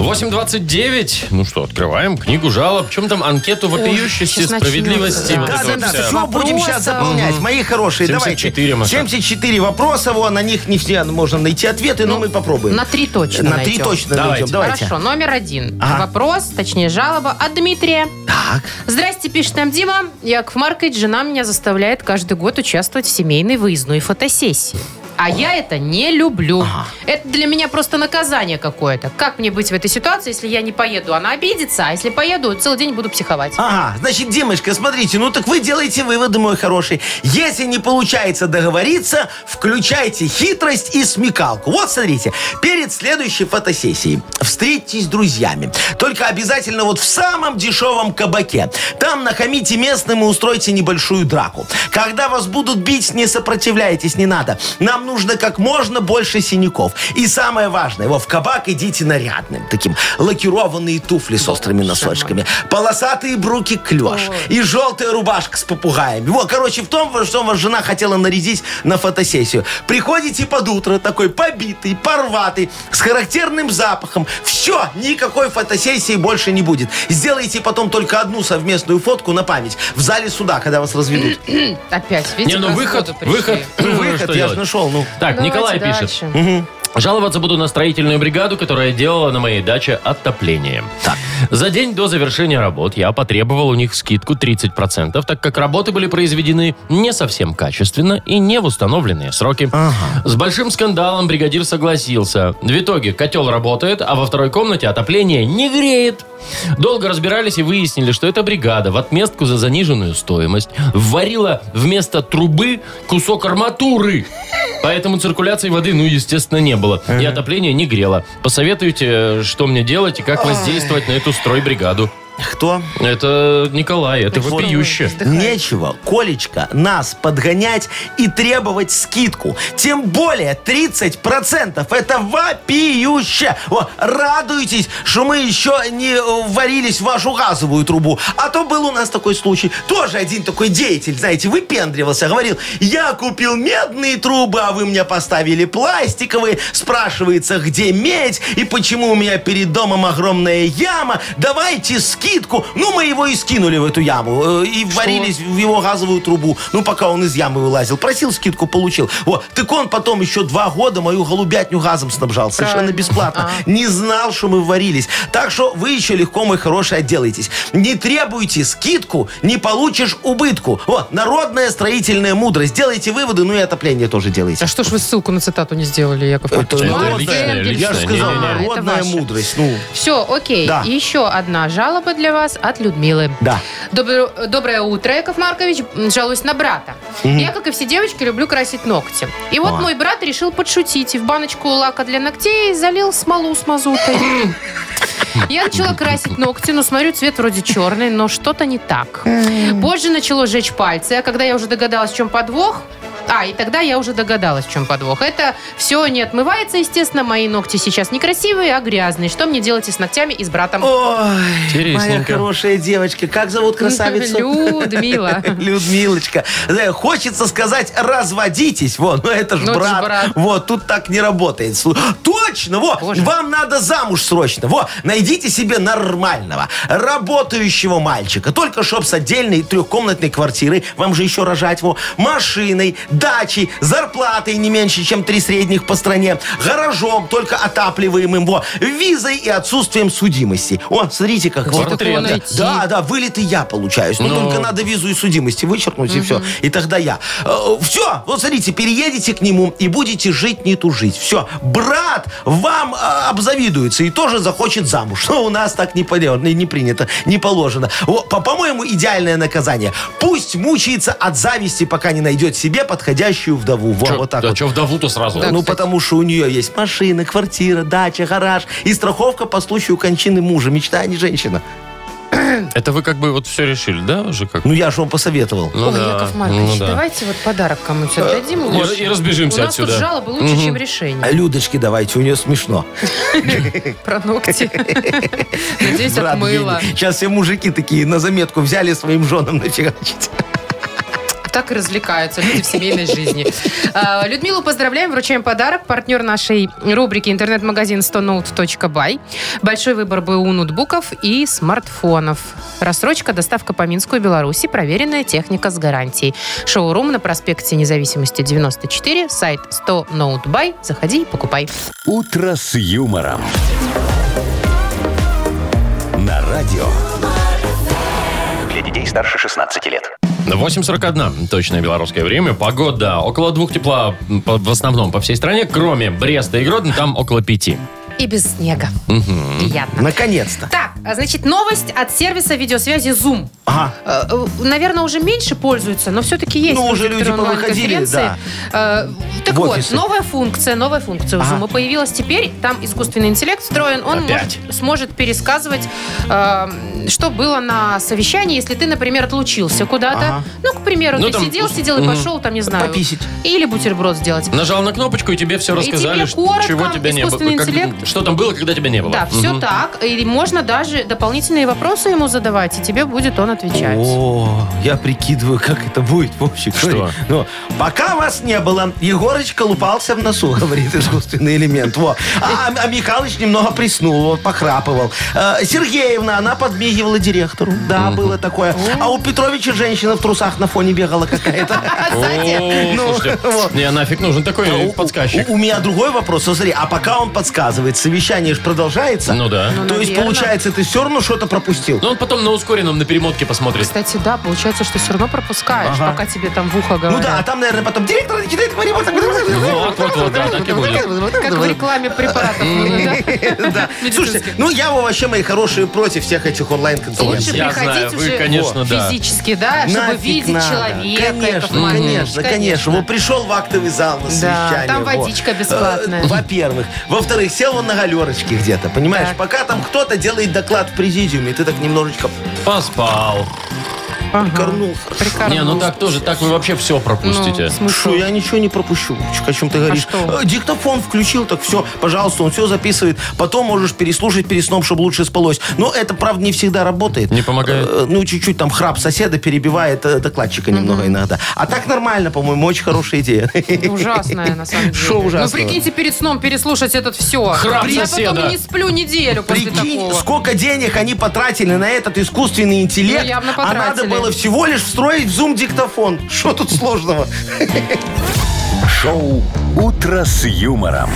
Speaker 1: 8.29. Ну что, открываем книгу жалоб. В чем там анкету вопиющести
Speaker 2: щас
Speaker 1: справедливости?
Speaker 2: начнется,
Speaker 1: вот это
Speaker 3: Да, да,
Speaker 1: вот
Speaker 3: да,
Speaker 1: вся.
Speaker 3: все будем сейчас
Speaker 2: Вопросов.
Speaker 3: заполнять. Мои хорошие,
Speaker 1: 74, Маша.
Speaker 3: давайте. 74 вопроса, во, на них не все можно найти ответы, но мы попробуем.
Speaker 2: Ну, На три точно
Speaker 3: На три
Speaker 2: найдем.
Speaker 3: точно
Speaker 1: Давайте.
Speaker 3: найдем, давайте.
Speaker 2: Хорошо, номер один.
Speaker 3: Ага.
Speaker 2: Вопрос, точнее жалоба от Дмитрия.
Speaker 3: Так.
Speaker 2: Здрасте, пишет нам Дима. Яков Маркович, жена меня заставляет каждый год участвовать в семейной выездной фотосессии. А я это не люблю. Это для меня просто наказание какое-то. Как мне быть в этой ситуации, если я не поеду? Она обидится, а если поеду, целый день буду психовать.
Speaker 3: Ага, значит, Димочка, смотрите, ну так вы делаете выводы, мой хороший. Если не получается договориться, включайте хитрость и смекалку. Вот, смотрите, перед следующей фотосессией встретитесь с друзьями. Только обязательно вот в самом дешевом кабаке. Там нахамите местным и устройте небольшую драку. Когда вас будут бить, не сопротивляйтесь, не надо. Нам нужно как можно больше синяков. И самое важное, во в кабак идите нарядным. Таким лакированные туфли с острыми носочками. Полосатые бруки клеш. И желтая рубашка с попугаем. Во, короче, в том, во что вас жена хотела нарядить на фотосессию. Приходите под утро, такой побитый, порватый, с характерным запахом. Все, никакой фотосессии больше не будет. Сделайте потом только одну совместную фотку на память. В зале суда, когда вас разведут.
Speaker 2: Опять, видите,
Speaker 1: Не, ну
Speaker 2: к
Speaker 1: выход,
Speaker 2: разводу пришли.
Speaker 1: выход. ну,
Speaker 3: Выход
Speaker 1: что
Speaker 3: я же
Speaker 1: делать?
Speaker 3: нашел, ну.
Speaker 1: Так,
Speaker 2: Давайте
Speaker 1: Николай пишет.
Speaker 2: дальше.
Speaker 1: Жаловаться буду на строительную бригаду, которая делала на моей даче отопление. За день до завершения работ я потребовал у них скидку 30%, так как работы были произведены не совсем качественно и не в установленные сроки. С большим скандалом бригадир согласился. В итоге котел работает, а во второй комнате отопление не греет. Долго разбирались и выяснили, что эта бригада в отместку за заниженную стоимость вварила вместо трубы кусок арматуры. Поэтому циркуляции воды, ну, естественно, не было. И отопление не грело. Посоветуйте, что мне делать и как воздействовать на эту стройбригаду.
Speaker 3: Кто?
Speaker 1: Это Николай, это
Speaker 3: Вот. ну,
Speaker 1: вопиюще.
Speaker 3: Нечего, Колечка, нас подгонять и требовать скидку. Тем более 30%. Это вопиюще. О, радуйтесь, что мы еще не э, варились в вашу газовую трубу. А то был у нас такой случай. Тоже один такой деятель, знаете, выпендривался. Говорил, я купил медные трубы, а вы мне поставили пластиковые. Спрашивается, где медь и почему у меня перед домом огромная яма. Давайте скидку. Ну, мы его и скинули в эту яму. э, И варились в его газовую трубу. Ну, пока он из ямы вылазил. Просил скидку, получил. Вот. Так он потом еще два года мою голубятню газом снабжал. Совершенно бесплатно. Не знал, что мы варились. Так что вы еще легко, мой хороший, отделаетесь. Не требуйте скидку, не получишь убытку. Вот. Народная строительная мудрость. Делайте выводы, ну и отопление тоже делайте.
Speaker 2: А что ж вы ссылку на цитату не сделали, Яков
Speaker 3: Это
Speaker 2: Маркович?
Speaker 1: народная,
Speaker 3: народная, я же
Speaker 1: личная,
Speaker 3: сказал,
Speaker 1: не-не-не.
Speaker 2: А, это
Speaker 3: народная
Speaker 2: ваша.
Speaker 3: мудрость. Ну,
Speaker 2: Все, окей.
Speaker 3: Да.
Speaker 2: И еще одна жалоба для вас от Людмилы.
Speaker 3: да.
Speaker 2: Добро- доброе утро, Яков Маркович. М, Жалуюсь на брата. Я, как и все девочки, люблю красить ногти. И вот мой брат решил подшутить и в баночку лака для ногтей залил смолу с мазутой. Я начала красить ногти, но смотрю, цвет вроде черный, но что-то не так.
Speaker 3: Э.
Speaker 2: Позже начало жечь пальцы, а когда я уже догадалась, в чем подвох, а, и тогда я уже догадалась, в чем подвох. Это все не отмывается, естественно. Мои ногти сейчас некрасивые, а грязные. Что мне делать и с ногтями, и с братом?
Speaker 3: Ой, моя
Speaker 1: Интересненько.
Speaker 3: хорошая девочка. Как зовут красавицу?
Speaker 2: Ну, Людмила.
Speaker 3: Людмилочка. Э, Хочется сказать, разводитесь. Вот, ну это ж
Speaker 2: Ну, это ж
Speaker 3: брат.
Speaker 2: брат.
Speaker 3: Вот, тут так не работает. Слу- Точно, вот,
Speaker 2: Боже.
Speaker 3: вам надо замуж срочно. Вот, найдите себе нормального, работающего мальчика. Только чтоб с отдельной трехкомнатной квартиры, вам же еще рожать его, машиной, дачей, зарплатой не меньше, чем три средних по стране, гаражом, только отапливаемым, во, визой и отсутствием судимости. О, смотрите, как
Speaker 2: Где
Speaker 3: вот.
Speaker 2: такого
Speaker 1: портрет.
Speaker 2: найти?
Speaker 3: Да, да, вылет и я получаюсь. Но
Speaker 1: Ну.
Speaker 3: только надо визу и судимости вычеркнуть, и все. И тогда я. все, вот смотрите, переедете к нему и будете жить, не тужить. Все, брат вам э, обзавидуется и тоже захочет замуж. Но у нас так не, поле- не- не принято, не положено. Во, по- по-моему, идеальное наказание. Пусть мучается от зависти, пока не найдет себе подходящую вдову. Во,
Speaker 1: Чё-
Speaker 3: вот так
Speaker 1: да
Speaker 3: вот.
Speaker 1: чё вдову-то сразу?
Speaker 3: ну, потому что у нее есть машина, квартира, дача, гараж и страховка по случаю кончины мужа. Мечта, а не женщина.
Speaker 1: Это вы как бы вот все решили, да, уже как?
Speaker 3: Ну, я же вам посоветовал.
Speaker 1: Ну
Speaker 2: Ой,
Speaker 1: да,
Speaker 2: Яков Маркович,
Speaker 1: ну да.
Speaker 2: давайте вот подарок кому-то отдадим.
Speaker 1: и
Speaker 2: лучше.
Speaker 1: ра- и разбежимся
Speaker 2: У нас
Speaker 1: отсюда.
Speaker 2: тут жалобы лучше, чем решения.
Speaker 3: А Людочке давайте, у нее смешно.
Speaker 2: Про ногти. Надеюсь,
Speaker 3: Брат
Speaker 2: отмыла.
Speaker 3: едет. Сейчас все мужики такие на заметку взяли своим женам нафигачить.
Speaker 2: Так и развлекаются люди в семейной жизни. А, Людмилу поздравляем, вручаем подарок. Партнер нашей рубрики интернет-магазин 100note.by. Большой выбор БУ ноутбуков и смартфонов. Рассрочка, доставка по Минску и Беларуси. Проверенная техника с гарантией. Шоурум на проспекте независимости 94. Сайт 100note.by. Заходи и покупай.
Speaker 4: «Утро с юмором». На радио
Speaker 5: Для детей старше 16 лет.
Speaker 1: 8.41, точное белорусское время. Погода около двух тепла м, по- в основном по всей стране, кроме Бреста и Гродно, там около пяти.
Speaker 2: И без снега. Приятно.
Speaker 3: Наконец-то.
Speaker 2: Так, а, значит, новость от сервиса видеосвязи Zoom.
Speaker 3: Ага.
Speaker 2: Э, Наверное, уже меньше пользуются, но все-таки есть.
Speaker 3: Ну, уже
Speaker 2: некоторые
Speaker 3: люди повыходили,
Speaker 2: онлайн-конференции. Э, Так
Speaker 3: В
Speaker 2: вот,
Speaker 3: офисы.
Speaker 2: новая функция, новая функция у Zoom появилась теперь. Там искусственный интеллект встроен. Он
Speaker 1: Опять.
Speaker 2: может- сможет пересказывать, э, что было на совещании, если ты, например, отлучился куда-то. Ну, к примеру,
Speaker 1: Ну,
Speaker 2: ты
Speaker 1: там,
Speaker 2: сидел, сидел и
Speaker 1: мгм.
Speaker 2: пошел, там, не знаю.
Speaker 3: Пописить.
Speaker 2: Или бутерброд сделать.
Speaker 1: Нажал на кнопочку, и тебе все рассказали,
Speaker 2: тебе
Speaker 1: ш-
Speaker 2: коротко,
Speaker 1: чего тебя не было.
Speaker 2: искусственный
Speaker 1: как-
Speaker 2: интеллект.
Speaker 1: что там было, когда тебя не было.
Speaker 2: Да, все
Speaker 1: Мгм.
Speaker 2: так. И можно даже дополнительные вопросы ему задавать, и тебе будет он отвечать.
Speaker 3: О, я прикидываю, как это будет, Вовчик.
Speaker 1: Что?
Speaker 3: Смотри, Ну, пока вас не было, Егорыч колупался в носу, говорит искусственный элемент. Во. А, а Михалыч немного приснул, вот, похрапывал. Э, Сергеевна, она подмигивала директору. Да, было такое. А у Петровича женщина в трусах на фоне бегала какая-то.
Speaker 2: А
Speaker 1: О,
Speaker 2: сзади-
Speaker 1: слушайте, не, нафиг нужен такой
Speaker 3: А У- у-
Speaker 1: подсказчик.
Speaker 3: У, у меня другой вопрос. Вот Смотри, а пока он подсказывает, совещание же продолжается.
Speaker 1: Ну да.
Speaker 2: Ну,
Speaker 3: То есть,
Speaker 2: наверно.
Speaker 3: получается, ты все равно что-то пропустил.
Speaker 1: Ну, он потом на ускоренном на перемотке посмотрит.
Speaker 2: Кстати, да, получается, что все равно пропускаешь,
Speaker 3: Ага.
Speaker 2: пока тебе там в ухо
Speaker 3: Ну
Speaker 2: говорят.
Speaker 3: да, а там, наверное, потом директор начинает говорить вот так.
Speaker 1: Ну,
Speaker 2: ну,
Speaker 1: Вот, вот, вот, да, так и будет.
Speaker 2: Как в рекламе препаратов.
Speaker 3: Да. Слушайте, ну я вам вообще, мои хорошие, против всех этих
Speaker 2: Лучше
Speaker 3: онлайн-конференций.
Speaker 1: Я знаю,
Speaker 2: приходить
Speaker 1: вы,
Speaker 2: уже
Speaker 1: конечно, да.
Speaker 2: физически, да, чтобы
Speaker 3: Нафиг
Speaker 2: видеть
Speaker 3: надо.
Speaker 2: человека. Яков
Speaker 3: Конечно,
Speaker 2: Маркович,
Speaker 3: конечно, конечно. Вот пришел в актовый зал на совещание.
Speaker 2: там
Speaker 3: во.
Speaker 2: водичка бесплатная.
Speaker 3: Э, Во-первых. Во-вторых, сел он на галерочке где-то, понимаешь?
Speaker 2: Так.
Speaker 3: Пока там кто-то делает доклад в президиуме, ты так немножечко
Speaker 1: Поспал.
Speaker 2: Ага.
Speaker 3: прикорнулся.
Speaker 2: Прикорнул.
Speaker 1: Не, ну так тоже, так вы вообще все
Speaker 2: Ну,
Speaker 1: пропустите.
Speaker 2: смысл.
Speaker 3: Что, я ничего не пропущу, Вовчик, о чем ты говоришь.
Speaker 2: что?
Speaker 3: Э, Диктофон включил, так все, пожалуйста, он все записывает. Потом можешь переслушать перед сном, чтобы лучше спалось. Но это, правда, не всегда работает.
Speaker 1: Не помогает?
Speaker 3: Э, Ну, чуть-чуть там храп соседа перебивает э, докладчика немного иногда. А так нормально, по-моему, очень хорошая идея.
Speaker 2: Ужасная, Ну, на самом деле.
Speaker 3: Шо
Speaker 2: Ну,
Speaker 3: ужасного?
Speaker 2: прикиньте, перед сном переслушать этот все.
Speaker 1: Храп
Speaker 2: Я
Speaker 1: соседа.
Speaker 2: потом не сплю неделю после
Speaker 3: Прикинь,
Speaker 2: такого.
Speaker 3: сколько денег они потратили на этот искусственный интеллект,
Speaker 2: Ну, явно
Speaker 3: а надо
Speaker 2: потратили.
Speaker 3: было всего лишь встроить в Zoom диктофон. Что тут сложного?
Speaker 4: Шоу «Утро с юмором».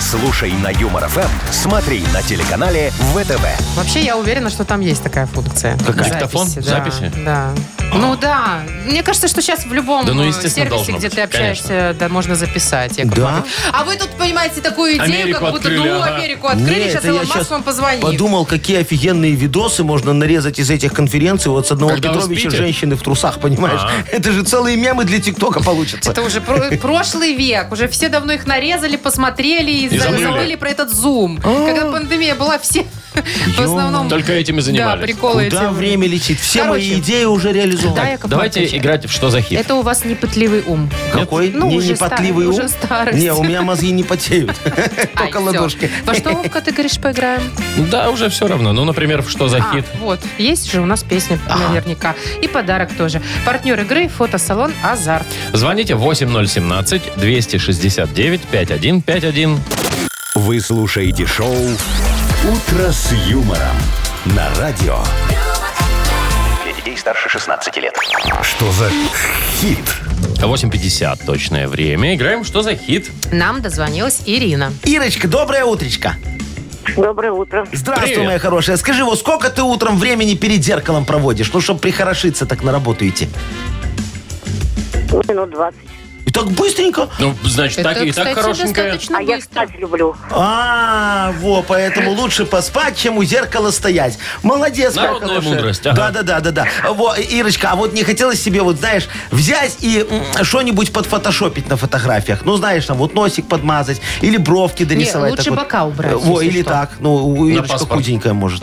Speaker 4: Слушай на Юмор ФМ, смотри на телеканале ВТВ.
Speaker 2: Вообще, я уверена, что там есть такая функция.
Speaker 1: Какая?
Speaker 2: Записи,
Speaker 1: Диктофон?
Speaker 2: да,
Speaker 1: Записи?
Speaker 2: Да. Ну да. Мне кажется, что сейчас в любом
Speaker 1: Да ну,
Speaker 2: э,
Speaker 1: естественно,
Speaker 2: сервисе,
Speaker 1: должно
Speaker 2: где
Speaker 1: быть,
Speaker 2: ты общаешься, да, можно записать. Яков
Speaker 3: Да?
Speaker 2: Маркович. А вы тут, понимаете, такую идею,
Speaker 1: Америку
Speaker 2: как будто
Speaker 1: открыли,
Speaker 2: ну,
Speaker 1: ага.
Speaker 2: Америку открыли,
Speaker 3: Не,
Speaker 2: сейчас
Speaker 3: это я
Speaker 2: Илон Маск
Speaker 3: щас
Speaker 2: вам позвонит.
Speaker 3: Подумал, какие офигенные видосы можно нарезать из этих конференций. Вот с одного
Speaker 1: Когда А. вы
Speaker 3: Петровича
Speaker 1: спите?
Speaker 3: женщины в трусах, понимаешь? Это же целые мемы для ТикТока получатся.
Speaker 2: Это уже про- прошлый век. Уже все давно их нарезали, посмотрели и, за-
Speaker 1: забыли.
Speaker 2: забыли. про этот зум.
Speaker 3: А.
Speaker 2: Когда пандемия была, все в основном...
Speaker 1: Только этим и
Speaker 2: Да,
Speaker 1: занимались.
Speaker 2: приколы
Speaker 3: Куда
Speaker 2: эти.
Speaker 3: время летит? Все
Speaker 2: Короче.
Speaker 3: мои идеи уже
Speaker 2: Да,
Speaker 3: реализованы.
Speaker 2: Яков
Speaker 1: Давайте
Speaker 2: Маркович,
Speaker 1: играть в «Что за хит».
Speaker 2: Это у вас непытливый ум.
Speaker 3: Какой?
Speaker 2: Ну,
Speaker 3: не
Speaker 2: уже старый,
Speaker 3: непотливый ум?
Speaker 2: уже старость.
Speaker 3: Не, у меня мозги не потеют.
Speaker 2: Ай,
Speaker 3: Только
Speaker 2: всё.
Speaker 3: ладошки.
Speaker 2: Во что, Вовка, ты говоришь, поиграем?
Speaker 1: Да, уже все равно. Ну, например, в «Что за
Speaker 2: А,
Speaker 1: хит».
Speaker 2: вот, есть же у нас песня
Speaker 3: А.
Speaker 2: наверняка. И подарок тоже. Партнер игры фотосалон «Азарт».
Speaker 1: Звоните 8017-269-5151.
Speaker 4: Вы слушаете шоу «Утро с юмором» на радио.
Speaker 1: а
Speaker 5: Для детей старше 16 лет.
Speaker 4: Что за хит?
Speaker 1: 8.50 точное время. Играем «Что за хит».
Speaker 2: Нам дозвонилась Ирина.
Speaker 3: Ирочка, доброе утречко.
Speaker 8: Доброе утро.
Speaker 3: Здравствуй,
Speaker 1: Привет.
Speaker 3: моя хорошая. Скажи, вот сколько ты утром времени перед зеркалом проводишь? Ну, чтобы прихорошиться так на работу идти.
Speaker 8: Минут 20.
Speaker 3: И так быстренько.
Speaker 1: Ну, значит, так
Speaker 2: Это,
Speaker 1: и так
Speaker 2: кстати,
Speaker 1: хорошенькая.
Speaker 2: достаточно Ну,
Speaker 8: А
Speaker 2: быстро.
Speaker 8: люблю.
Speaker 3: А, во, поэтому лучше поспать, чем у зеркала стоять. Молодец, моя
Speaker 1: Народная
Speaker 3: хорошая.
Speaker 1: мудрость, ага.
Speaker 3: Да, да, да, да, да. Во, Ирочка, а вот не хотелось себе, вот знаешь, взять и м, что-нибудь подфотошопить на фотографиях. Ну, знаешь, там вот носик подмазать или бровки дорисовать.
Speaker 2: лучше
Speaker 3: так вот.
Speaker 2: бока убрать,
Speaker 3: Во,
Speaker 2: если
Speaker 3: или
Speaker 2: что.
Speaker 3: так. Ну, у Ирочка
Speaker 1: паспорт.
Speaker 3: худенькая может.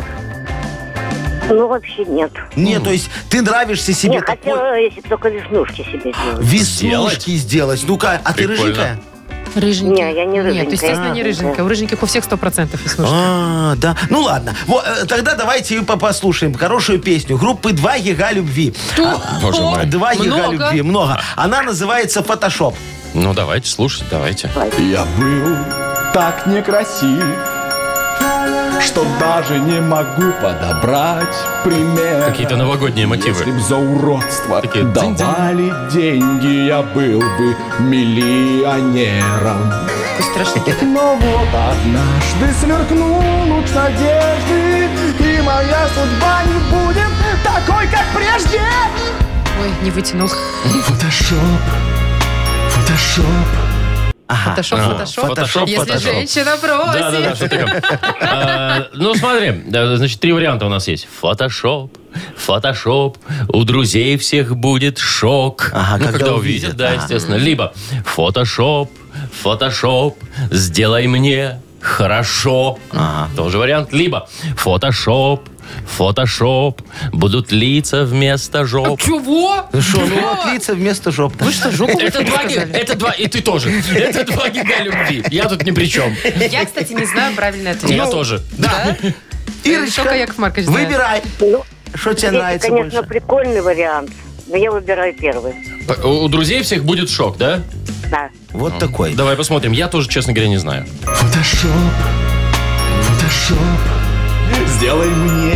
Speaker 8: Ну, вообще нет.
Speaker 3: Не,
Speaker 1: Ну.
Speaker 3: то есть ты нравишься себе
Speaker 8: Не,
Speaker 3: такой.
Speaker 8: хотела, если только веснушки себе делать.
Speaker 3: Веснушки сделать. Ну-ка, а ты
Speaker 1: Прикольно.
Speaker 3: рыженькая?
Speaker 2: Рыженький.
Speaker 8: Не, я не
Speaker 2: Нет,
Speaker 8: рыженькая.
Speaker 2: естественно, не
Speaker 8: А,
Speaker 2: рыженькая. У рыженьких у всех 100% и слушай.
Speaker 3: А, да. Ну ладно. Во, э, тогда давайте и по- послушаем хорошую песню группы 2 Ега любви.
Speaker 1: Боже мой.
Speaker 3: Два Ега
Speaker 2: Много.
Speaker 3: любви, много. Она называется «Фотошоп».
Speaker 1: Ну, давайте, слушать, давайте.
Speaker 9: Я был так некрасив, что даже не могу подобрать пример.
Speaker 1: Какие-то новогодние
Speaker 9: Если
Speaker 1: мотивы.
Speaker 9: б за уродство
Speaker 1: Такие дзынь-дзынь.
Speaker 9: давали деньги, я был бы миллионером. Но вот однажды сверкнул луч надежды, и моя судьба не будет такой, как прежде.
Speaker 2: Ой, не вытянул.
Speaker 9: Фотошоп, фотошоп.
Speaker 2: Фотошоп, фотошоп.
Speaker 1: Фотошоп,
Speaker 2: Если
Speaker 1: фотошоп.
Speaker 2: женщина просит.
Speaker 1: Да, да, да, что такое? А, Ну, смотри, да, значит, три варианта у нас есть. Фотошоп, фотошоп, у друзей всех будет шок.
Speaker 3: Ага,
Speaker 1: Ну,
Speaker 3: когда увидят,
Speaker 1: да,
Speaker 3: ага.
Speaker 1: естественно. Либо фотошоп, фотошоп, сделай мне хорошо. Тоже вариант. Либо фотошоп, фотошоп, будут лица вместо жоп.
Speaker 2: Чего?
Speaker 3: Ну что, ну вот лица вместо жоп.
Speaker 2: Вы что, жопу
Speaker 1: Это два, ги-
Speaker 2: показали?
Speaker 1: это два, и ты тоже. Это два гига любви. Я тут ни при чем.
Speaker 2: Я, кстати, не знаю правильный ответ.
Speaker 1: Я тоже.
Speaker 2: Да? Только Яков Маркович знает.
Speaker 3: выбирай. Что тебе
Speaker 8: Здесь,
Speaker 3: нравится
Speaker 8: конечно,
Speaker 3: больше?
Speaker 8: прикольный вариант, но я выбираю первый.
Speaker 1: П- У друзей всех будет шок, да?
Speaker 8: Да.
Speaker 3: Вот такой.
Speaker 1: Давай посмотрим. Я тоже, честно говоря, не знаю.
Speaker 9: Фотошоп, фотошоп, сделай мне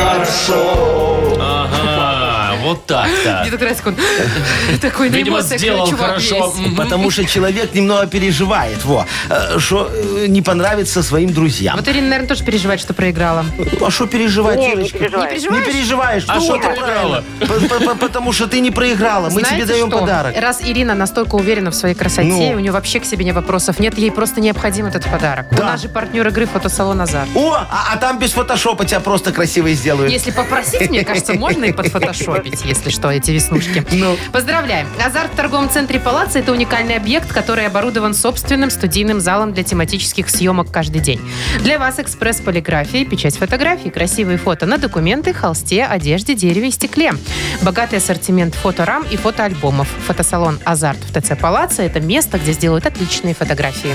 Speaker 9: хорошо.
Speaker 1: Ага, вот так-то.
Speaker 2: Мне так нравится, как он такой на
Speaker 1: Видимо,
Speaker 2: эмоциях
Speaker 1: сделал
Speaker 2: чувак
Speaker 1: хорошо.
Speaker 2: весь.
Speaker 1: Мгм.
Speaker 3: Потому что человек немного переживает, во, Э, что не понравится своим друзьям.
Speaker 2: Вот Ирина, наверное, тоже переживает, что проиграла.
Speaker 3: Ну, А что переживать,
Speaker 8: Не, не
Speaker 3: Юлечка?
Speaker 8: переживай.
Speaker 2: Не
Speaker 3: Не переживаешь.
Speaker 1: А
Speaker 3: Ну,
Speaker 1: шо
Speaker 3: вот и
Speaker 1: проиграла?
Speaker 3: правильно. П- п- п- Потому что ты не проиграла. Мы тебе
Speaker 2: Знаете
Speaker 3: даем
Speaker 2: что?
Speaker 3: подарок.
Speaker 2: Раз Ирина настолько уверена в своей красоте,
Speaker 3: Ну.
Speaker 2: у нее вообще к себе не вопросов нет, ей просто необходим этот подарок. У
Speaker 3: Да.
Speaker 2: нас же партнер игры фотосалон «Азарт».
Speaker 3: О, а, а там без фотошопа тебя просто красиво сделают.
Speaker 2: Если попросить, мне кажется, можно и подфотошопить, если что, эти веснушки. Поздравляем. Азарт в торговом центре Палаца – это уникальный объект, который оборудован собственным студийным залом для тематических съемок каждый день. Для вас экспресс полиграфии, печать фотографий, красивые фото на документы, холсте, одежде, дереве и стекле. Богатый ассортимент фоторам и фотоальбомов. Фотосалон «Азарт» в ТЦ Палаца – это место, где сделают отличные фотографии.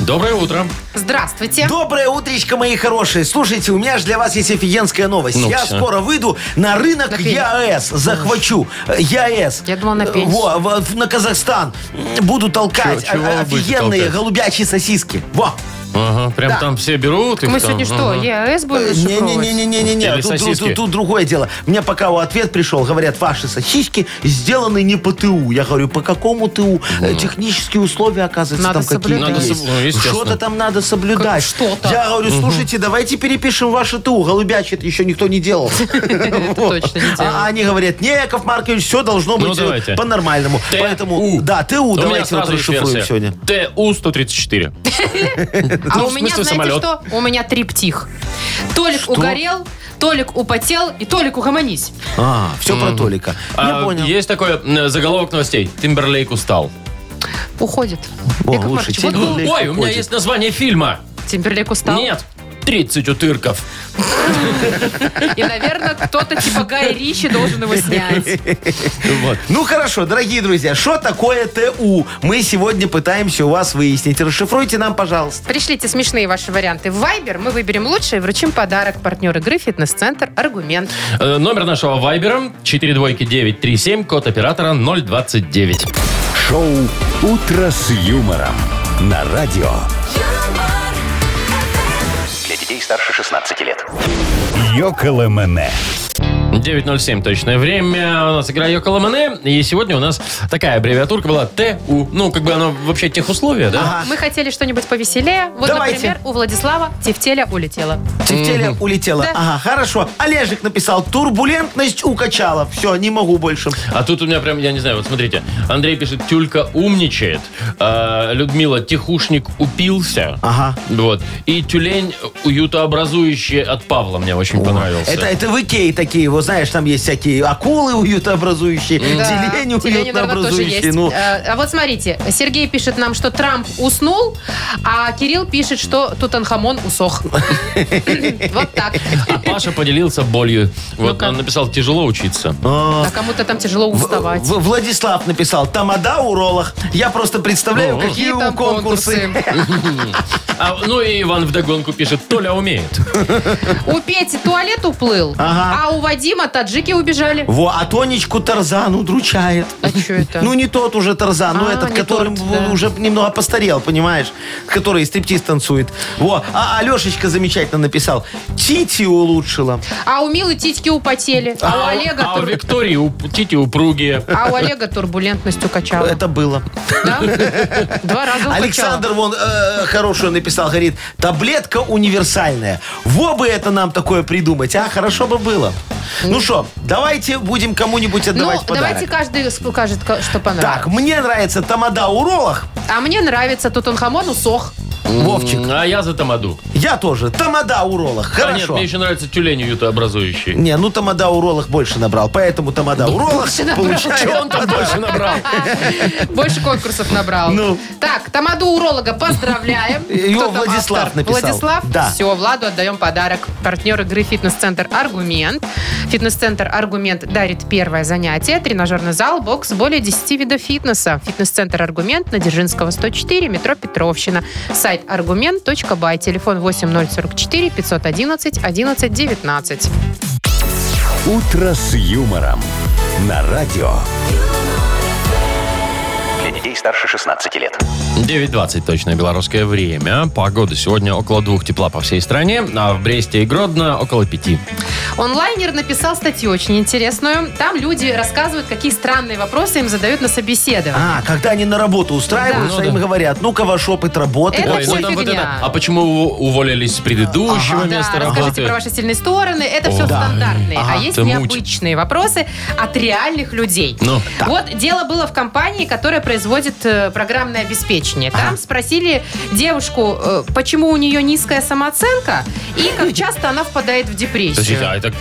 Speaker 1: Доброе утро.
Speaker 2: Здравствуйте.
Speaker 3: Доброе утречко, мои хорошие. Слушайте, у меня же для вас есть офигенская новость.
Speaker 1: Ну,
Speaker 3: я
Speaker 1: всё.
Speaker 3: скоро выйду на рынок
Speaker 2: На пенсию.
Speaker 3: ЯЭС. Захвачу э, ЯЭС.
Speaker 2: Я думала, на
Speaker 3: Э,
Speaker 2: пенсию.
Speaker 3: Во, во, в- на Казахстан. М, Буду толкать
Speaker 1: Чё- чего
Speaker 3: о- о-
Speaker 1: вы будете
Speaker 3: офигенные
Speaker 1: толкать?
Speaker 3: голубячьи сосиски. Во.
Speaker 1: Ага, прям там все берут. и
Speaker 2: Мы
Speaker 1: там,
Speaker 2: сегодня что,
Speaker 1: ага.
Speaker 2: ЕАЭС будем расшифровывать?
Speaker 3: Э, Не-не-не-не-не-не.
Speaker 1: Или
Speaker 3: Тут, тут-
Speaker 1: сосиски.
Speaker 3: тут- тут другое дело. Мне пока у ответ пришел, говорят, ваши сосиски сделаны не по ТУ. Я говорю, по какому ТУ? Э, Технические условия, оказывается,
Speaker 2: Надо
Speaker 3: там какие-то
Speaker 2: соблюдать.
Speaker 1: Надо соб- ну,
Speaker 3: есть.
Speaker 1: естественно.
Speaker 3: Что-то там надо соблюдать.
Speaker 2: Как- что-то.
Speaker 3: Я говорю, слушайте, давайте перепишем ваше ТУ. Голубячит еще никто не делал.
Speaker 2: Это точно не дело.
Speaker 3: А они говорят, не, Яков Маркович, все должно
Speaker 1: Ну,
Speaker 3: быть э,
Speaker 1: давайте.
Speaker 3: по-нормальному.
Speaker 1: ТУ.
Speaker 3: Поэтому, да,
Speaker 1: У
Speaker 3: ТУ,
Speaker 1: меня
Speaker 3: давайте вот
Speaker 1: сразу есть
Speaker 3: расшифруем
Speaker 1: версия.
Speaker 3: сегодня.
Speaker 1: ТУ-134.
Speaker 2: А
Speaker 1: Ну,
Speaker 2: у
Speaker 1: в
Speaker 2: меня,
Speaker 1: смысле,
Speaker 2: знаете
Speaker 1: самолет.
Speaker 2: что? У меня триптих. Толик угорел, Толик употел и Толик угомонись.
Speaker 3: А, все про Толика. Я
Speaker 1: А,
Speaker 3: понял.
Speaker 1: Есть такой э, заголовок новостей. Тимберлейк устал.
Speaker 2: Уходит.
Speaker 3: О,
Speaker 2: Яков
Speaker 3: лучше
Speaker 2: Маркович, вот
Speaker 3: тебе.
Speaker 2: был
Speaker 3: Тимберлейк
Speaker 1: Ой, у меня
Speaker 3: уходит.
Speaker 1: есть название фильма.
Speaker 2: Тимберлейк устал.
Speaker 1: Нет. 30 утырков.
Speaker 2: И, наверное, кто-то типа Гай Ричи должен его снять.
Speaker 1: Вот.
Speaker 3: Ну хорошо, дорогие друзья, что такое ТУ? Мы сегодня пытаемся у вас выяснить. Расшифруйте нам, пожалуйста.
Speaker 2: Пришлите смешные ваши варианты в Viber. Мы выберем лучшее и вручим подарок. Партнер игры «Фитнес-центр Аргумент».
Speaker 1: Э, Номер нашего вайбера 42937, код оператора 029.
Speaker 4: Шоу «Утро с юмором» на радио.
Speaker 5: Для детей старше 16 лет.
Speaker 4: Йоколэмэне.
Speaker 1: 9.07 точное время. У нас игра Йокола Мане. И сегодня у нас такая аббревиатурка была ТУ. Ну, как бы она вообще техусловия, да?
Speaker 2: Мы хотели что-нибудь повеселее. Вот,
Speaker 3: Давайте.
Speaker 2: например, у Владислава Тефтеля улетела.
Speaker 3: Тефтеля улетела.
Speaker 2: Да.
Speaker 3: Ага, хорошо. Олежек написал, турбулентность укачала. Все, не могу больше.
Speaker 1: А тут у меня прям, я не знаю, вот смотрите. Андрей пишет, тюлька умничает. А, Людмила, техушник упился.
Speaker 3: Ага.
Speaker 1: Вот. И тюлень уютообразующий от Павла мне очень понравился.
Speaker 3: Это, это в Икее такие, вот знаешь, там есть всякие акулы уютообразующие,
Speaker 2: Да,
Speaker 3: тюлени
Speaker 2: тюлени, наверное, тоже
Speaker 3: уютообразующие.
Speaker 2: есть.
Speaker 3: Ну,
Speaker 2: Э, А вот смотрите, Сергей пишет нам, что Трамп уснул, а Кирилл пишет, что Тутанхамон усох. Вот так.
Speaker 1: А Паша поделился болью. Вот
Speaker 2: Ну-ка.
Speaker 1: он написал, тяжело учиться.
Speaker 2: А кому-то там тяжело уставать.
Speaker 3: В- Владислав написал, тамада уролог. Я просто представляю,
Speaker 1: О.
Speaker 3: какие, у конкурсы.
Speaker 1: А, ну и Иван вдогонку пишет, Толя умеет.
Speaker 2: У Пети туалет уплыл,
Speaker 3: Ага.
Speaker 2: а у Вади- Дима, таджики убежали.
Speaker 3: Во, а Тонечку Тарзан удручает.
Speaker 2: А чё это?
Speaker 3: Ну, не тот уже Тарзан, но
Speaker 2: А,
Speaker 3: этот,
Speaker 2: не
Speaker 3: который
Speaker 2: тот, да.
Speaker 3: уже немного постарел, понимаешь? Который стриптиз танцует. Во, а Алешечка замечательно написал. Тити улучшила.
Speaker 2: А у Милы титьки употели. А у Олега...
Speaker 1: А у
Speaker 2: тур-
Speaker 1: Виктории уп- тити упругие.
Speaker 2: А у Олега турбулентность укачала.
Speaker 3: Это было.
Speaker 2: Да? Два раза укачала.
Speaker 3: Александр вон э, хорошую написал, говорит, таблетка универсальная. Во бы это нам такое придумать, а? Хорошо бы было. Ну что, давайте будем кому-нибудь
Speaker 2: Ну,
Speaker 3: отдавать подарок.
Speaker 2: давайте каждый скажет, ка- что понравилось.
Speaker 3: Так, мне нравится тамада уролог.
Speaker 2: А мне нравится Тутанхамон усох.
Speaker 3: Вовчик,
Speaker 1: А я за тамаду.
Speaker 3: я тоже. Тамада уролог.
Speaker 1: А нет,
Speaker 3: Хорошо.
Speaker 1: мне еще нравится тюлень ютообразующий.
Speaker 3: Не, ну тамада уролог больше набрал, поэтому тамада
Speaker 1: Ну,
Speaker 3: уролог
Speaker 2: больше набрал.
Speaker 3: получает.
Speaker 1: Он там больше набрал.
Speaker 2: Больше конкурсов набрал.
Speaker 3: Ну.
Speaker 2: Так, Тамаду уролога поздравляем.
Speaker 3: Его
Speaker 2: Кто там
Speaker 3: Владислав
Speaker 2: автор?
Speaker 3: написал.
Speaker 2: Владислав?
Speaker 3: Да.
Speaker 2: Все, Владу отдаем подарок. Партнер игры «Фитнес-центр Аргумент». Фитнес-центр «Аргумент» дарит первое занятие. Тренажерный зал, бокс, более 10 видов фитнеса. Фитнес-центр «Аргумент» на Дзержинского, 104, метро Петровщина. Сайт аргумент.бай. Телефон 8044 511 1119.
Speaker 4: «Утро с юмором» на радио.
Speaker 5: Для детей старше 16 лет.
Speaker 1: 9.20 точное белорусское время. Погода сегодня около двух тепла по всей стране, а в Бресте и Гродно около пяти.
Speaker 2: Онлайнер написал статью очень интересную. Там люди рассказывают, какие странные вопросы им задают на собеседование.
Speaker 3: А, когда они на работу устраиваются,
Speaker 1: Да. Ну
Speaker 3: им
Speaker 1: да.
Speaker 3: говорят, ну-ка ваш опыт работы.
Speaker 2: Это
Speaker 3: какой?»
Speaker 2: всё фигня.
Speaker 1: а почему вы уволились с предыдущего
Speaker 2: Да,
Speaker 1: места
Speaker 2: расскажите
Speaker 1: работы?
Speaker 2: про ваши сильные стороны. Это все
Speaker 1: О, да.
Speaker 2: стандартные.
Speaker 1: Ага,
Speaker 2: а есть
Speaker 1: ты муть.
Speaker 2: необычные вопросы от реальных людей.
Speaker 1: Ну,
Speaker 2: Вот дело было в компании, которая производит э, программное обеспечение. Там спросили девушку, э, почему у нее низкая самооценка и как часто она впадает в
Speaker 1: Подождите, а
Speaker 2: депрессию.
Speaker 1: это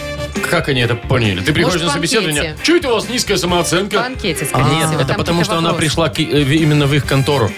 Speaker 1: как они это поняли? Ты приходишь
Speaker 2: Может,
Speaker 1: на
Speaker 2: в анкете.
Speaker 1: собеседование, что это у вас низкая
Speaker 2: По
Speaker 1: самооценка?
Speaker 2: анкете, скорее
Speaker 1: Нет,
Speaker 2: всего,
Speaker 1: А, это
Speaker 2: там
Speaker 1: потому
Speaker 2: какие-то
Speaker 1: что она
Speaker 2: вопросы.
Speaker 1: пришла к- э, в- именно в их контору.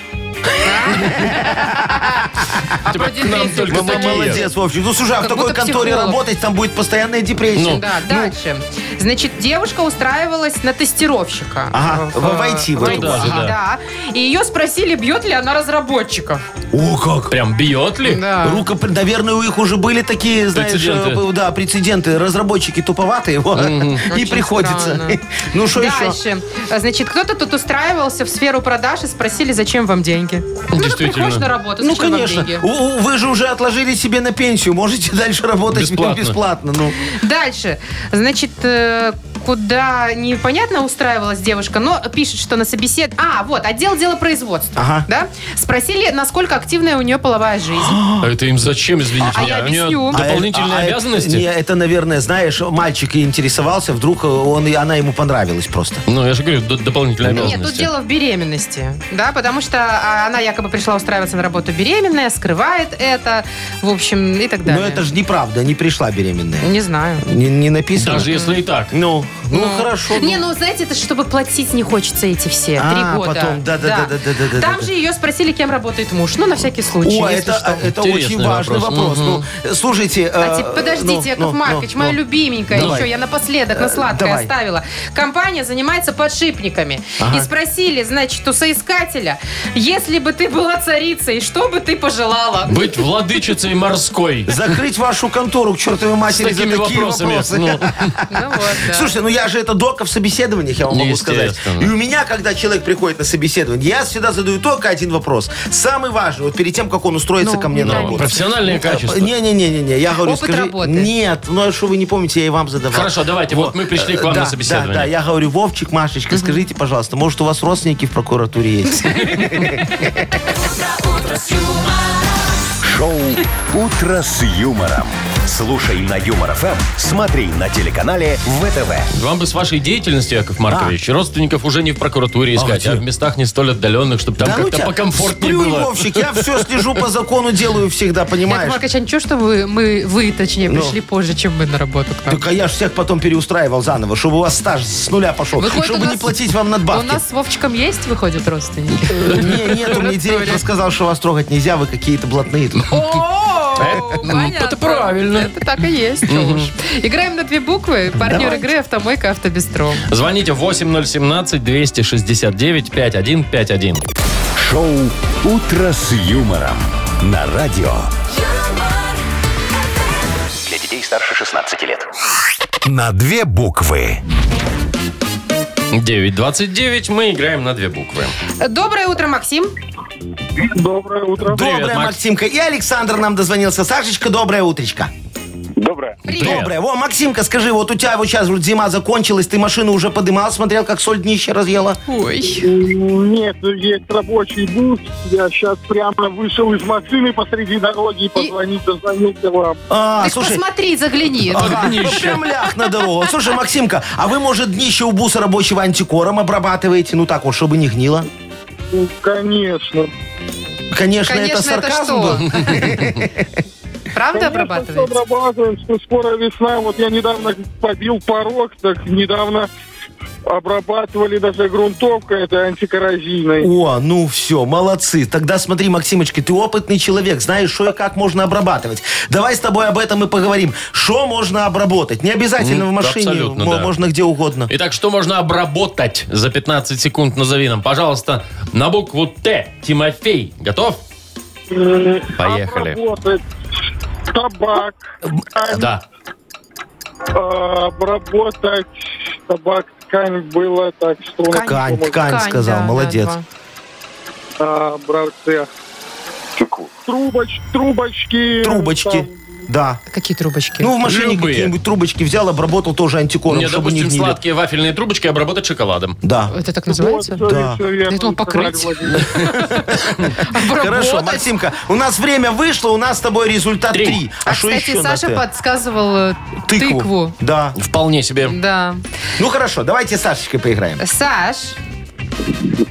Speaker 2: А
Speaker 1: Типа,
Speaker 2: про
Speaker 1: к
Speaker 2: депрессию
Speaker 1: нам только
Speaker 2: поговорили.
Speaker 1: такие.
Speaker 3: ну, Молодец, Вовчик. Ну, слушай, а в
Speaker 2: Как
Speaker 3: такой
Speaker 2: будто
Speaker 3: конторе
Speaker 2: психолог.
Speaker 3: работать, там будет постоянная депрессия.
Speaker 1: Ну.
Speaker 2: Да, дальше. Значит, девушка устраивалась на тестировщика.
Speaker 3: Ага,
Speaker 2: э,
Speaker 3: в IT, А, в
Speaker 2: в
Speaker 3: эту
Speaker 2: IT,
Speaker 1: же, Ну да.
Speaker 2: да. И ее спросили, бьет ли она разработчиков.
Speaker 3: О, как!
Speaker 1: Прям бьет ли?
Speaker 2: Да.
Speaker 3: Рука, наверное, у них уже были такие, знаешь,
Speaker 1: Прецеденты.
Speaker 3: э, б- да, прецеденты. Разработчики туповатые, его и
Speaker 2: Очень
Speaker 3: приходится.
Speaker 2: странно.
Speaker 3: Ну, что еще?
Speaker 2: Дальше. Значит, кто-то тут устраивался в сферу продаж и спросили, зачем вам деньги. Ну, ты
Speaker 1: Действительно.
Speaker 2: приходишь на работу,
Speaker 3: Ну,
Speaker 2: зачем
Speaker 3: конечно.
Speaker 2: вам деньги?
Speaker 3: У- у- Вы же уже отложили себе на пенсию. Можете дальше работать
Speaker 1: Бесплатно.
Speaker 3: бесплатно. Ну,
Speaker 2: Дальше. Значит, э, куда непонятно устраивалась девушка, но пишет, что на собесед... А, вот, отдел дела производства.
Speaker 3: Ага.
Speaker 2: Да? Спросили, насколько активная у нее половая жизнь.
Speaker 1: А это им зачем, извините
Speaker 2: А
Speaker 1: меня?
Speaker 2: я
Speaker 1: У нее
Speaker 2: объясню.
Speaker 1: дополнительные
Speaker 3: А, а,
Speaker 1: обязанности?
Speaker 3: Не, это, наверное, знаешь, мальчик и интересовался, вдруг он, и она ему понравилась просто.
Speaker 1: Ну, я же говорю, д- дополнительные
Speaker 2: Нет, тут
Speaker 1: обязанности.
Speaker 2: дело в беременности, да, потому что а, она якобы пришла устраиваться на работу беременная, скрывает это, в общем, и так далее.
Speaker 3: Но Ну, это же неправда, не пришла беременная.
Speaker 2: Не знаю.
Speaker 3: Не, не написано.
Speaker 1: Даже если и так.
Speaker 3: Ну, ну, хорошо.
Speaker 2: Не, ну знаете, это ж чтобы платить не хочется эти все
Speaker 3: А,
Speaker 2: три года.
Speaker 3: потом, да-да-да-да-да-да-да.
Speaker 2: Там же ее спросили, кем работает муж. Ну, на всякий случай,
Speaker 3: О,
Speaker 2: если
Speaker 3: это,
Speaker 2: что.
Speaker 3: это
Speaker 1: Интересный
Speaker 3: очень важный
Speaker 1: вопрос.
Speaker 3: вопрос. Ну, слушайте...
Speaker 2: А
Speaker 3: э,
Speaker 2: типа, подождите,
Speaker 3: ну,
Speaker 2: Яков
Speaker 3: ну,
Speaker 2: Маркович,
Speaker 3: ну,
Speaker 2: моя
Speaker 3: ну.
Speaker 2: любименькая,
Speaker 3: Давай. Э,
Speaker 2: еще я напоследок на сладкое
Speaker 3: давай.
Speaker 2: оставила. Компания занимается подшипниками. И спросили, значит, у соискателя, если бы ты была царицей, что бы ты пожелала?
Speaker 1: Быть владычицей морской.
Speaker 3: Закрыть вашу контору к чертовой
Speaker 1: С
Speaker 3: матери за
Speaker 1: такими
Speaker 3: такие
Speaker 1: вопросами.
Speaker 3: вопросы.
Speaker 1: Ну,
Speaker 2: Ну вот, да.
Speaker 3: Слушайте, ну я же это дока в собеседованиях, я вам
Speaker 1: Ну,
Speaker 3: могу сказать.
Speaker 1: естественно.
Speaker 3: И у меня, когда человек приходит на собеседование, я всегда задаю только один вопрос. Самый важный, вот перед тем, как он устроится
Speaker 2: Ну,
Speaker 3: ко мне на
Speaker 2: да.
Speaker 1: ну,
Speaker 3: работу.
Speaker 1: профессиональные качества.
Speaker 3: Не-не-не-не, я говорю,
Speaker 2: Опыт
Speaker 3: скажи,
Speaker 2: работы.
Speaker 3: нет, ну а что вы не помните, я и вам задавал.
Speaker 1: Хорошо, давайте, вот мы пришли к вам
Speaker 3: Да,
Speaker 1: на собеседование.
Speaker 3: Да, да, я говорю, Вовчик, Машечка, скажите, пожалуйста, может, у вас родственники в прокуратуре есть?
Speaker 4: Шоу «Утро с юмором». Слушай на Юмор ФМ, смотри на телеканале ВТВ.
Speaker 1: Вам бы с вашей деятельностью, Яков Маркович, родственников уже не в прокуратуре искать, а,
Speaker 3: где?
Speaker 1: в местах не столь отдаленных, чтобы там
Speaker 3: Да ну
Speaker 1: как-то
Speaker 3: тебя,
Speaker 1: покомфортнее
Speaker 3: сплюнь,
Speaker 1: было.
Speaker 3: Вовчик, я все слежу по закону, делаю всегда,
Speaker 2: Яков
Speaker 3: понимаешь?
Speaker 2: Маркович, а ничего, что вы, мы, вы, точнее,
Speaker 3: Ну.
Speaker 2: пришли позже, чем мы на работу к нам?
Speaker 3: Так а я же всех потом переустраивал заново, чтобы у вас стаж с нуля пошел,
Speaker 2: Выходит, у
Speaker 3: чтобы
Speaker 2: нас-
Speaker 3: не платить вам
Speaker 2: У
Speaker 3: надбавки.
Speaker 2: нас с Вовчиком есть, выходят, родственники?
Speaker 3: Не, нету, мне директор сказал, что вас трогать нельзя, вы какие-то блатные тут.
Speaker 2: О, понятно.
Speaker 1: это правильно.
Speaker 2: Ну, Это так и есть. чё уж. Играем на две буквы. Партнер игры «Автомойка Автобестро».
Speaker 1: Звоните 8017-269-5151.
Speaker 4: Шоу «Утро с юмором» на радио.
Speaker 5: Для детей старше 16 лет.
Speaker 4: На две буквы.
Speaker 1: 9.29, мы играем на две буквы.
Speaker 2: Доброе утро, Максим.
Speaker 6: Доброе утро.
Speaker 1: Ну, Привет,
Speaker 3: доброе,
Speaker 1: Макс.
Speaker 3: Максимка. И Александр нам дозвонился. Сашечка, доброе утречко.
Speaker 7: Доброе.
Speaker 1: Привет.
Speaker 3: Доброе. Во, Максимка, скажи, вот у тебя вот сейчас вот зима закончилась, ты машину уже подымал, смотрел, как соль днище разъела?
Speaker 2: Ой.
Speaker 6: Нет, есть рабочий день. Я сейчас прямо вышел из машины посреди дороги и позвонить, дозвонился вам.
Speaker 3: А,
Speaker 2: Ты ж
Speaker 3: слушай, а,
Speaker 2: посмотри, загляни.
Speaker 3: ага,
Speaker 1: днище.
Speaker 3: прям лях на дорогу. Слушай, Максимка, а вы, может, днище у буса рабочего антикором обрабатываете? Ну так вот, чтобы не гнило.
Speaker 6: Ну, Конечно.
Speaker 3: Конечно,
Speaker 2: Конечно,
Speaker 3: это
Speaker 2: это
Speaker 3: сарказм
Speaker 2: что?
Speaker 3: был.
Speaker 2: Правда
Speaker 6: Конечно,
Speaker 2: обрабатывается?
Speaker 6: обрабатываем, что скоро весна. Вот я недавно побил порог, так недавно обрабатывали даже грунтовка этой антикоррозийной.
Speaker 3: О, ну все, молодцы. Тогда смотри, Максимочка, ты опытный человек, знаешь, что и как можно обрабатывать. Давай с тобой об этом и поговорим. Что можно обработать? Не обязательно
Speaker 1: М,
Speaker 3: в машине,
Speaker 1: абсолютно,
Speaker 3: мо-
Speaker 1: да.
Speaker 3: можно где угодно.
Speaker 1: Итак, что можно обработать за 15 секунд? Назови нам, пожалуйста, на букву Т. Тимофей, готов? Поехали.
Speaker 6: Обработать табак. ткань,
Speaker 1: Да.
Speaker 6: э, Обработать табак, ткань было так, что... у нас
Speaker 3: Ткань,
Speaker 6: дома-
Speaker 3: ткань, сказал,
Speaker 2: да, да,
Speaker 3: молодец.
Speaker 2: два.
Speaker 6: А, братцы. Трубоч, трубочки.
Speaker 3: Трубочки.
Speaker 6: там,
Speaker 3: Да.
Speaker 2: Какие трубочки?
Speaker 3: Ну, в машине
Speaker 1: Любые.
Speaker 3: какие-нибудь трубочки взял, обработал тоже антикором,
Speaker 1: Мне,
Speaker 3: чтобы
Speaker 1: допустим,
Speaker 3: не гнили.
Speaker 1: сладкие вафельные трубочки обработать шоколадом.
Speaker 3: Да.
Speaker 2: это так
Speaker 6: вот,
Speaker 2: называется?
Speaker 6: всё,
Speaker 3: Да.
Speaker 6: всё верно,
Speaker 2: Я думал,
Speaker 6: Николай
Speaker 2: покрыть.
Speaker 6: Владимирович.
Speaker 2: Обработать.
Speaker 3: Хорошо, Максимка, у нас время вышло, у нас с тобой результат
Speaker 1: Три.
Speaker 3: 3.
Speaker 2: А,
Speaker 3: что
Speaker 2: кстати,
Speaker 3: еще на
Speaker 2: Саша
Speaker 3: «Т»?
Speaker 2: подсказывал э,
Speaker 3: тыкву.
Speaker 2: тыкву.
Speaker 3: Да.
Speaker 1: Вполне себе.
Speaker 2: Да.
Speaker 3: Ну хорошо, давайте с Сашечкой поиграем.
Speaker 2: Саш,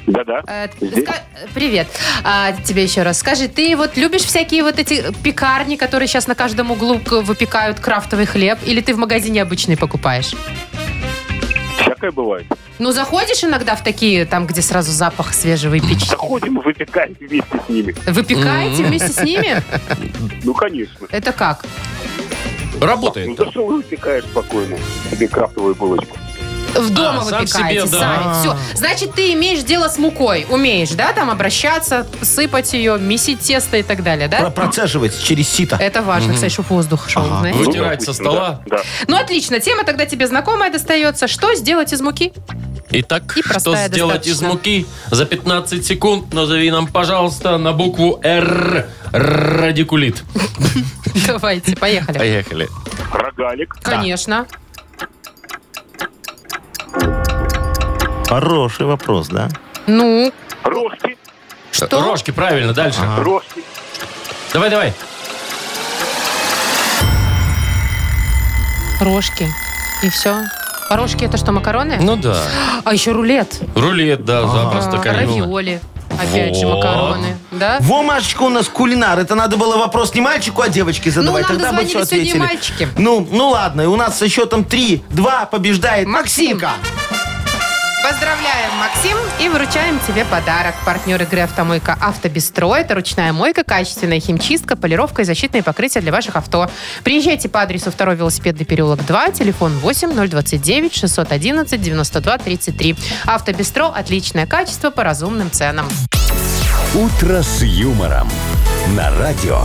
Speaker 7: Да-да.
Speaker 2: э, ска- привет. А, тебе еще раз. Скажи, ты вот любишь всякие вот эти пекарни, которые сейчас на каждом углу к- выпекают крафтовый хлеб, или ты в магазине обычный покупаешь?
Speaker 7: Всякое бывает.
Speaker 2: Ну, заходишь иногда в такие, там, где сразу запах свежего и печи.
Speaker 7: Заходим, выпекаем вместе с ними.
Speaker 2: Выпекаете вместе с ними?
Speaker 7: Ну, конечно.
Speaker 2: Это как?
Speaker 7: Ну,
Speaker 1: Работает.
Speaker 7: за что выпекаешь спокойно себе крафтовую булочку?
Speaker 2: В дома
Speaker 1: А, сам
Speaker 2: выпекаете,
Speaker 1: себе, да.
Speaker 2: сами. Все. Значит, ты имеешь дело с мукой. Умеешь, да, там обращаться, сыпать ее, месить тесто и так далее, да? Э.
Speaker 3: Про- Процеживать через сито.
Speaker 2: Это важно, кстати, чтобы воздух шел,
Speaker 3: Ага.
Speaker 2: знаете.
Speaker 7: Ну,
Speaker 1: Вытирать со
Speaker 7: допустим,
Speaker 1: стола?
Speaker 7: Да. да.
Speaker 2: Ну, отлично. Тема тогда тебе знакомая достается. Что сделать из муки?
Speaker 1: Итак,
Speaker 2: И
Speaker 1: что
Speaker 2: простая
Speaker 1: сделать
Speaker 2: достаточно.
Speaker 1: из муки за 15 секунд? Назови нам, пожалуйста, на букву Р. Радикулит.
Speaker 2: Давайте, поехали.
Speaker 1: Поехали.
Speaker 7: Рогалик.
Speaker 2: Конечно.
Speaker 3: Хороший вопрос, да?
Speaker 2: Ну,
Speaker 7: Рожки.
Speaker 2: Что?
Speaker 1: Рожки, правильно, дальше.
Speaker 7: Рожки.
Speaker 1: Давай, давай.
Speaker 2: рожки. И все. Рожки это что, макароны?
Speaker 1: Ну да.
Speaker 2: А еще рулет.
Speaker 1: Рулет, да, запросто
Speaker 2: А,
Speaker 1: кольнуло.
Speaker 2: Равиоли. Опять же,
Speaker 1: Вот.
Speaker 2: макароны. Да?
Speaker 3: Во, Машечка, у нас кулинар. Это надо было вопрос не мальчику, а девочке
Speaker 2: Ну,
Speaker 3: задавать.
Speaker 2: нам
Speaker 3: Тогда бы все
Speaker 2: дозвонились сегодня и
Speaker 3: ответили.
Speaker 2: мальчики.
Speaker 3: Ну, ну ладно, и у нас со счетом 3-2 побеждает
Speaker 2: Максим.
Speaker 3: Максимка.
Speaker 2: Поздравляем, Максим, и вручаем тебе подарок. Партнер игры «Автомойка Автобестро» — это ручная мойка, качественная химчистка, полировка и защитные покрытия для ваших авто. Приезжайте по адресу 2 велосипедный переулок 2, телефон 8029 611 92 33. «Автобестро» — отличное качество по разумным ценам.
Speaker 4: «Утро с юмором» на радио.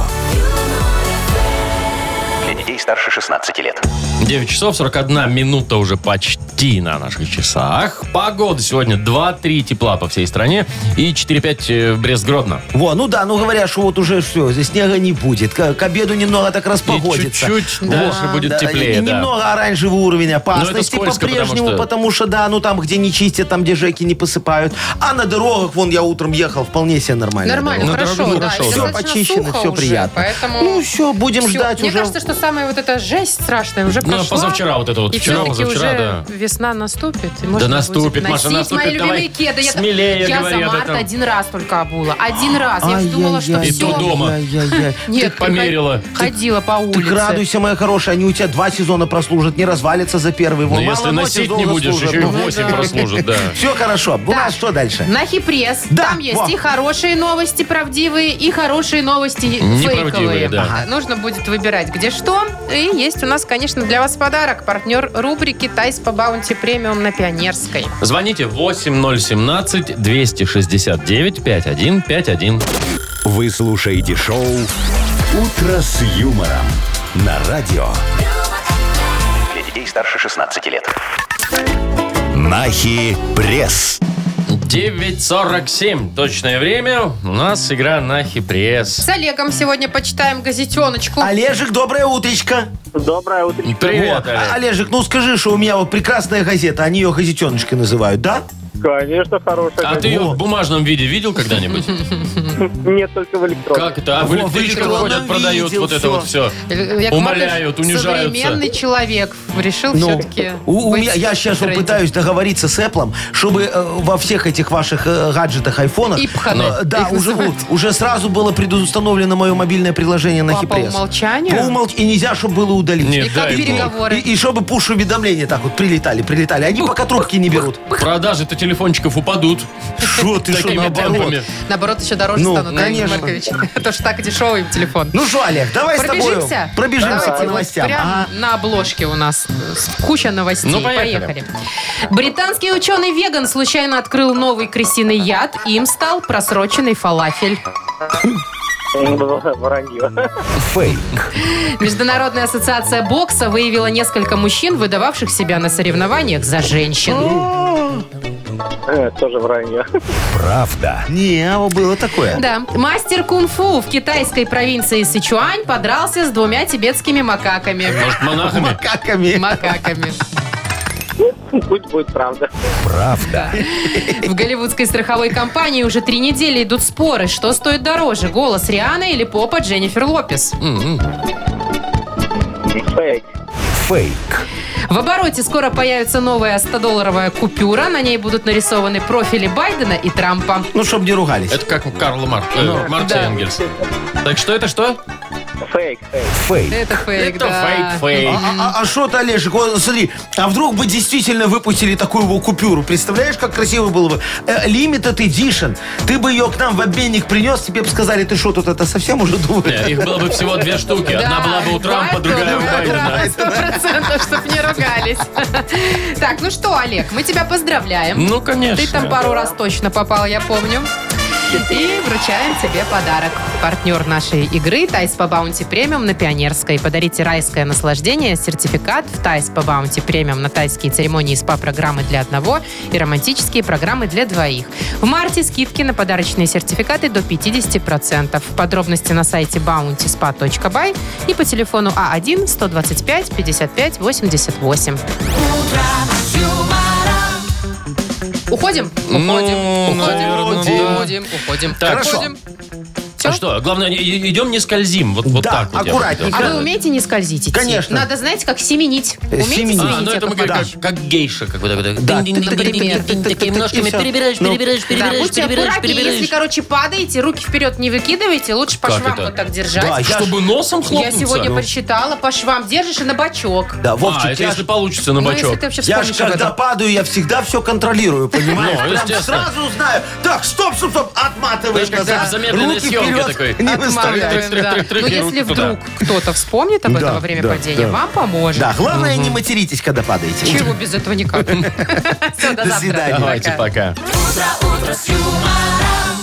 Speaker 5: Для детей старше 16 лет.
Speaker 1: 9 часов 41 минута уже почти на наших часах. Погода сегодня 2-3 тепла по всей стране и 4-5 в Брест-Гродно.
Speaker 3: Во, ну да, ну говорят, что вот уже все, здесь снега не будет. К, к обеду немного так распогодится.
Speaker 1: И чуть-чуть дальше будет
Speaker 3: Да,
Speaker 1: теплее,
Speaker 3: и
Speaker 1: да.
Speaker 3: Немного оранжевый уровень опасности
Speaker 1: скользко, потому
Speaker 3: по-прежнему,
Speaker 1: что-
Speaker 3: потому, что да, ну там, где не чистят, там, где жеки не посыпают. А на дорогах, вон я утром ехал, вполне себе нормально.
Speaker 2: Нормально,
Speaker 1: Ну,
Speaker 2: хорошо,
Speaker 1: дорогу
Speaker 2: да.
Speaker 1: хорошо,
Speaker 2: и
Speaker 1: да.
Speaker 3: Все
Speaker 2: достаточно
Speaker 3: почищено,
Speaker 2: сухо
Speaker 3: все
Speaker 2: уже,
Speaker 3: приятно.
Speaker 2: Поэтому...
Speaker 3: Ну все, будем
Speaker 2: всё.
Speaker 3: ждать
Speaker 2: Мне
Speaker 3: уже.
Speaker 2: кажется, что самая вот эта жесть страшная уже
Speaker 1: Ну,
Speaker 2: прошла.
Speaker 1: позавчера вот это вот,
Speaker 2: И
Speaker 1: вчера,
Speaker 2: все-таки
Speaker 1: позавчера,
Speaker 2: уже
Speaker 1: да.
Speaker 2: весна наступит. и можно
Speaker 1: Да наступит,
Speaker 2: будет
Speaker 1: Маша,
Speaker 2: носить
Speaker 1: наступит,
Speaker 2: мои
Speaker 1: давай.
Speaker 2: любимые кеды. Я,
Speaker 1: Смелее
Speaker 2: я
Speaker 1: говори
Speaker 2: за
Speaker 1: об
Speaker 2: март
Speaker 1: этом.
Speaker 2: один раз только обула. Один раз. Я
Speaker 3: Ай-яй-яй.
Speaker 2: думала, что
Speaker 1: И
Speaker 2: все.
Speaker 1: то дома.
Speaker 3: Ай-яй-яй.
Speaker 2: Нет,
Speaker 1: померила.
Speaker 2: ход- Ходила по улице.
Speaker 3: Ты радуйся, моя хорошая, они у тебя два сезона прослужат, не развалятся за первый. Во,
Speaker 1: Но
Speaker 3: мало
Speaker 1: Ну, если
Speaker 3: носишь,
Speaker 1: носить не
Speaker 3: долго
Speaker 1: будешь,
Speaker 3: служат.
Speaker 1: еще и
Speaker 3: Ну,
Speaker 1: 8
Speaker 2: да.
Speaker 1: прослужит, да.
Speaker 3: Все хорошо. У нас что дальше?
Speaker 2: На Хипресс.
Speaker 3: Да,
Speaker 2: Там есть
Speaker 3: во.
Speaker 2: и хорошие новости правдивые, и хорошие новости
Speaker 1: Неправдивые,
Speaker 2: фейковые.
Speaker 1: да.
Speaker 2: Ага. Нужно будет выбирать, где что. И есть у нас, конечно, для вас подарок. Партнер рубрики «Тайс по баунти премиум» на Пионерской.
Speaker 1: Звоните 8017-269-5151.
Speaker 4: Вы слушаете шоу «Утро с юмором» на радио.
Speaker 5: Для детей детей старше 16 лет.
Speaker 4: Нахи пресс.
Speaker 1: 9.47. Точное время. У нас игра на хипресс.
Speaker 2: С Олегом сегодня почитаем газетеночку.
Speaker 3: Олежек, доброе утречко.
Speaker 10: Доброе утро.
Speaker 1: Привет,
Speaker 3: Вот.
Speaker 1: Олег.
Speaker 3: Олежек, ну скажи, что у меня вот прекрасная газета, они ее газетеночкой называют, да?
Speaker 10: Конечно, хорошая.
Speaker 1: А ты ее в бумажном виде видел когда-нибудь?
Speaker 10: Нет, только в электронном.
Speaker 1: Как это? А в
Speaker 3: Во, в
Speaker 1: электричках
Speaker 3: электронном
Speaker 1: ходят, продают
Speaker 3: видел,
Speaker 1: вот это
Speaker 3: всё.
Speaker 1: вот все.
Speaker 2: Э, Яков
Speaker 1: Умоляют,
Speaker 2: Маркович,
Speaker 1: унижаются.
Speaker 2: Современный человек решил все-таки.
Speaker 3: Ну, У- у меня- я сейчас вот пытаюсь договориться с Apple, чтобы э, во всех этих ваших э, гаджетах, айфонах...
Speaker 2: Ипханы
Speaker 3: э, да,
Speaker 2: их
Speaker 3: уже,
Speaker 2: называют.
Speaker 3: вот, уже сразу было предустановлено мое мобильное приложение на
Speaker 2: А, по
Speaker 3: Хипресс.
Speaker 2: умолчанию?
Speaker 3: По умолч- И нельзя, чтобы было удалить.
Speaker 1: Нет,
Speaker 2: И как
Speaker 1: дай бог.
Speaker 2: переговоры.
Speaker 3: И, и чтобы пуш-уведомления так вот прилетали, прилетали. Они пока трубки не берут.
Speaker 1: Продажи-то телефончиков упадут.
Speaker 3: Что ты, что
Speaker 1: Такими
Speaker 3: наоборот?
Speaker 1: темпами.
Speaker 2: Наоборот, еще дороже
Speaker 3: Ну,
Speaker 2: станут, да, Яков
Speaker 3: конечно.
Speaker 2: Маркович? Это ж так дешевый телефон.
Speaker 3: Ну что, Олег, давай с тобой
Speaker 2: Пробежимся?
Speaker 3: пробежимся
Speaker 2: Давайте
Speaker 3: по
Speaker 2: вот
Speaker 3: новостям.
Speaker 2: прям
Speaker 3: А?
Speaker 2: на обложке у нас э, с- куча новостей.
Speaker 1: Ну, поехали.
Speaker 2: Британский ученый-веган случайно открыл новый крысиный яд. Им стал просроченный фалафель.
Speaker 10: Вранье.
Speaker 2: Международная ассоциация бокса выявила несколько мужчин, выдававших себя на соревнованиях за женщин.
Speaker 10: Э, Тоже вранье.
Speaker 4: Правда.
Speaker 3: Не, вот было такое.
Speaker 2: Да. Мастер кунг-фу в китайской провинции Сычуань подрался с двумя тибетскими макаками.
Speaker 1: Может, монахами?
Speaker 3: Макаками.
Speaker 2: Макаками.
Speaker 10: Пусть будет правда.
Speaker 2: В голливудской страховой компании уже три недели идут споры, что стоит дороже, голос Рианы или попа Дженнифер Лопес.
Speaker 4: М-м.
Speaker 10: Фейк.
Speaker 4: Фейк.
Speaker 2: В обороте скоро появится новая 100-долларовая купюра, на ней будут нарисованы профили Байдена и Трампа.
Speaker 3: Ну, чтобы не ругались.
Speaker 1: Это как у Карла Марк... э, Маркса
Speaker 2: да.
Speaker 1: Энгельса. Так что это что?
Speaker 10: Фейк, фейк.
Speaker 4: Фейк.
Speaker 2: Это фейк,
Speaker 1: Это
Speaker 2: да.
Speaker 1: фейк-фейк.
Speaker 3: А что ты, Олежек, вот смотри, а вдруг бы действительно выпустили такую его купюру? Представляешь, как красиво было бы? Э, Limited Edition. Ты бы ее к нам в обменник принес, тебе бы сказали, ты что тут это совсем уже
Speaker 1: Не,
Speaker 3: думаешь?
Speaker 1: Их было бы всего две штуки. Одна
Speaker 2: Да,
Speaker 1: была бы у Трампа,
Speaker 2: Байден,
Speaker 1: другая у
Speaker 2: да,
Speaker 1: Байдена.
Speaker 2: да, Сто процентов, чтобы не ругались. Так, ну что, Олег, мы тебя поздравляем.
Speaker 1: Ну, конечно.
Speaker 2: Ты там пару раз точно попал, я помню. И вручаем тебе подарок. Партнер нашей игры Тайс по Баунти Премиум на Пионерской. Подарите райское наслаждение, сертификат в Тайс по Баунти Премиум на тайские церемонии и СПА-программы для одного и романтические программы для двоих. В марте скидки на подарочные сертификаты до 50%. Подробности на сайте bountyspa.by и по телефону А А1 125 55 88. Уходим?
Speaker 1: Ну,
Speaker 2: уходим,
Speaker 1: наверное,
Speaker 2: уходим,
Speaker 1: да.
Speaker 2: уходим, уходим.
Speaker 1: Так. Хорошо.
Speaker 2: Уходим.
Speaker 1: А что, главное, и- и- идем не скользим. Вот, вот
Speaker 3: Да,
Speaker 1: так вот. я
Speaker 3: аккуратненько.
Speaker 1: бы
Speaker 2: А вы
Speaker 1: делал.
Speaker 2: умеете не скользить? идти?
Speaker 3: Конечно.
Speaker 2: Надо, знаете, как семенить. Умеете
Speaker 3: семенить.
Speaker 2: семенить?
Speaker 1: А, ну это мы как,
Speaker 2: Яков
Speaker 1: как, как гейша. Как вот так вот.
Speaker 3: Да.
Speaker 1: Динь-динь-динь-динь-динь. Такими ножками
Speaker 3: И всё.
Speaker 1: перебираешь,
Speaker 3: Ну.
Speaker 1: перебираешь,
Speaker 2: Да,
Speaker 1: перебираешь,
Speaker 2: будьте
Speaker 1: перебираешь,
Speaker 2: аккуратнее, если,
Speaker 1: перебираешь.
Speaker 2: короче, падаете, руки вперед не выкидывайте, лучше по
Speaker 1: Как
Speaker 2: швам
Speaker 1: это?
Speaker 2: вот так держать.
Speaker 3: Да, я ж-
Speaker 1: Чтобы носом
Speaker 2: Я
Speaker 1: хлопнуться?
Speaker 2: сегодня
Speaker 1: Ну.
Speaker 2: посчитала, по швам держишь и на бочок.
Speaker 3: Да,
Speaker 1: А,
Speaker 3: Вовчик,
Speaker 1: это
Speaker 3: я
Speaker 1: если
Speaker 3: ж-
Speaker 1: получится на
Speaker 2: Ну, если
Speaker 1: бачок.
Speaker 2: ты вообще
Speaker 3: я ж
Speaker 2: вспомнишь об
Speaker 3: когда
Speaker 2: этом.
Speaker 3: падаю, я всегда все контролирую, понимаешь?
Speaker 1: Ну,
Speaker 3: Прям
Speaker 1: естественно.
Speaker 3: сразу знаю. Так, стоп, стоп, стоп, отматываешь
Speaker 1: Знаешь, как в
Speaker 3: назад.
Speaker 1: замедленной
Speaker 3: Руки
Speaker 1: съемке
Speaker 3: вперед.
Speaker 1: такой.
Speaker 3: Не выставляй.
Speaker 2: Отматываем, да.
Speaker 1: Трык-трык-трык-трык,
Speaker 2: Но
Speaker 1: и
Speaker 2: если
Speaker 1: руку туда.
Speaker 2: вдруг кто-то вспомнит об этом
Speaker 3: Да,
Speaker 2: во время
Speaker 3: да,
Speaker 2: падения,
Speaker 3: да.
Speaker 2: вам поможет.
Speaker 3: Да, главное, не материтесь, когда падаете.
Speaker 2: Чего без этого никак. Все,
Speaker 3: До свидания.
Speaker 1: Давайте,
Speaker 2: Пока.
Speaker 1: пока.
Speaker 11: Утро, утро с юмором.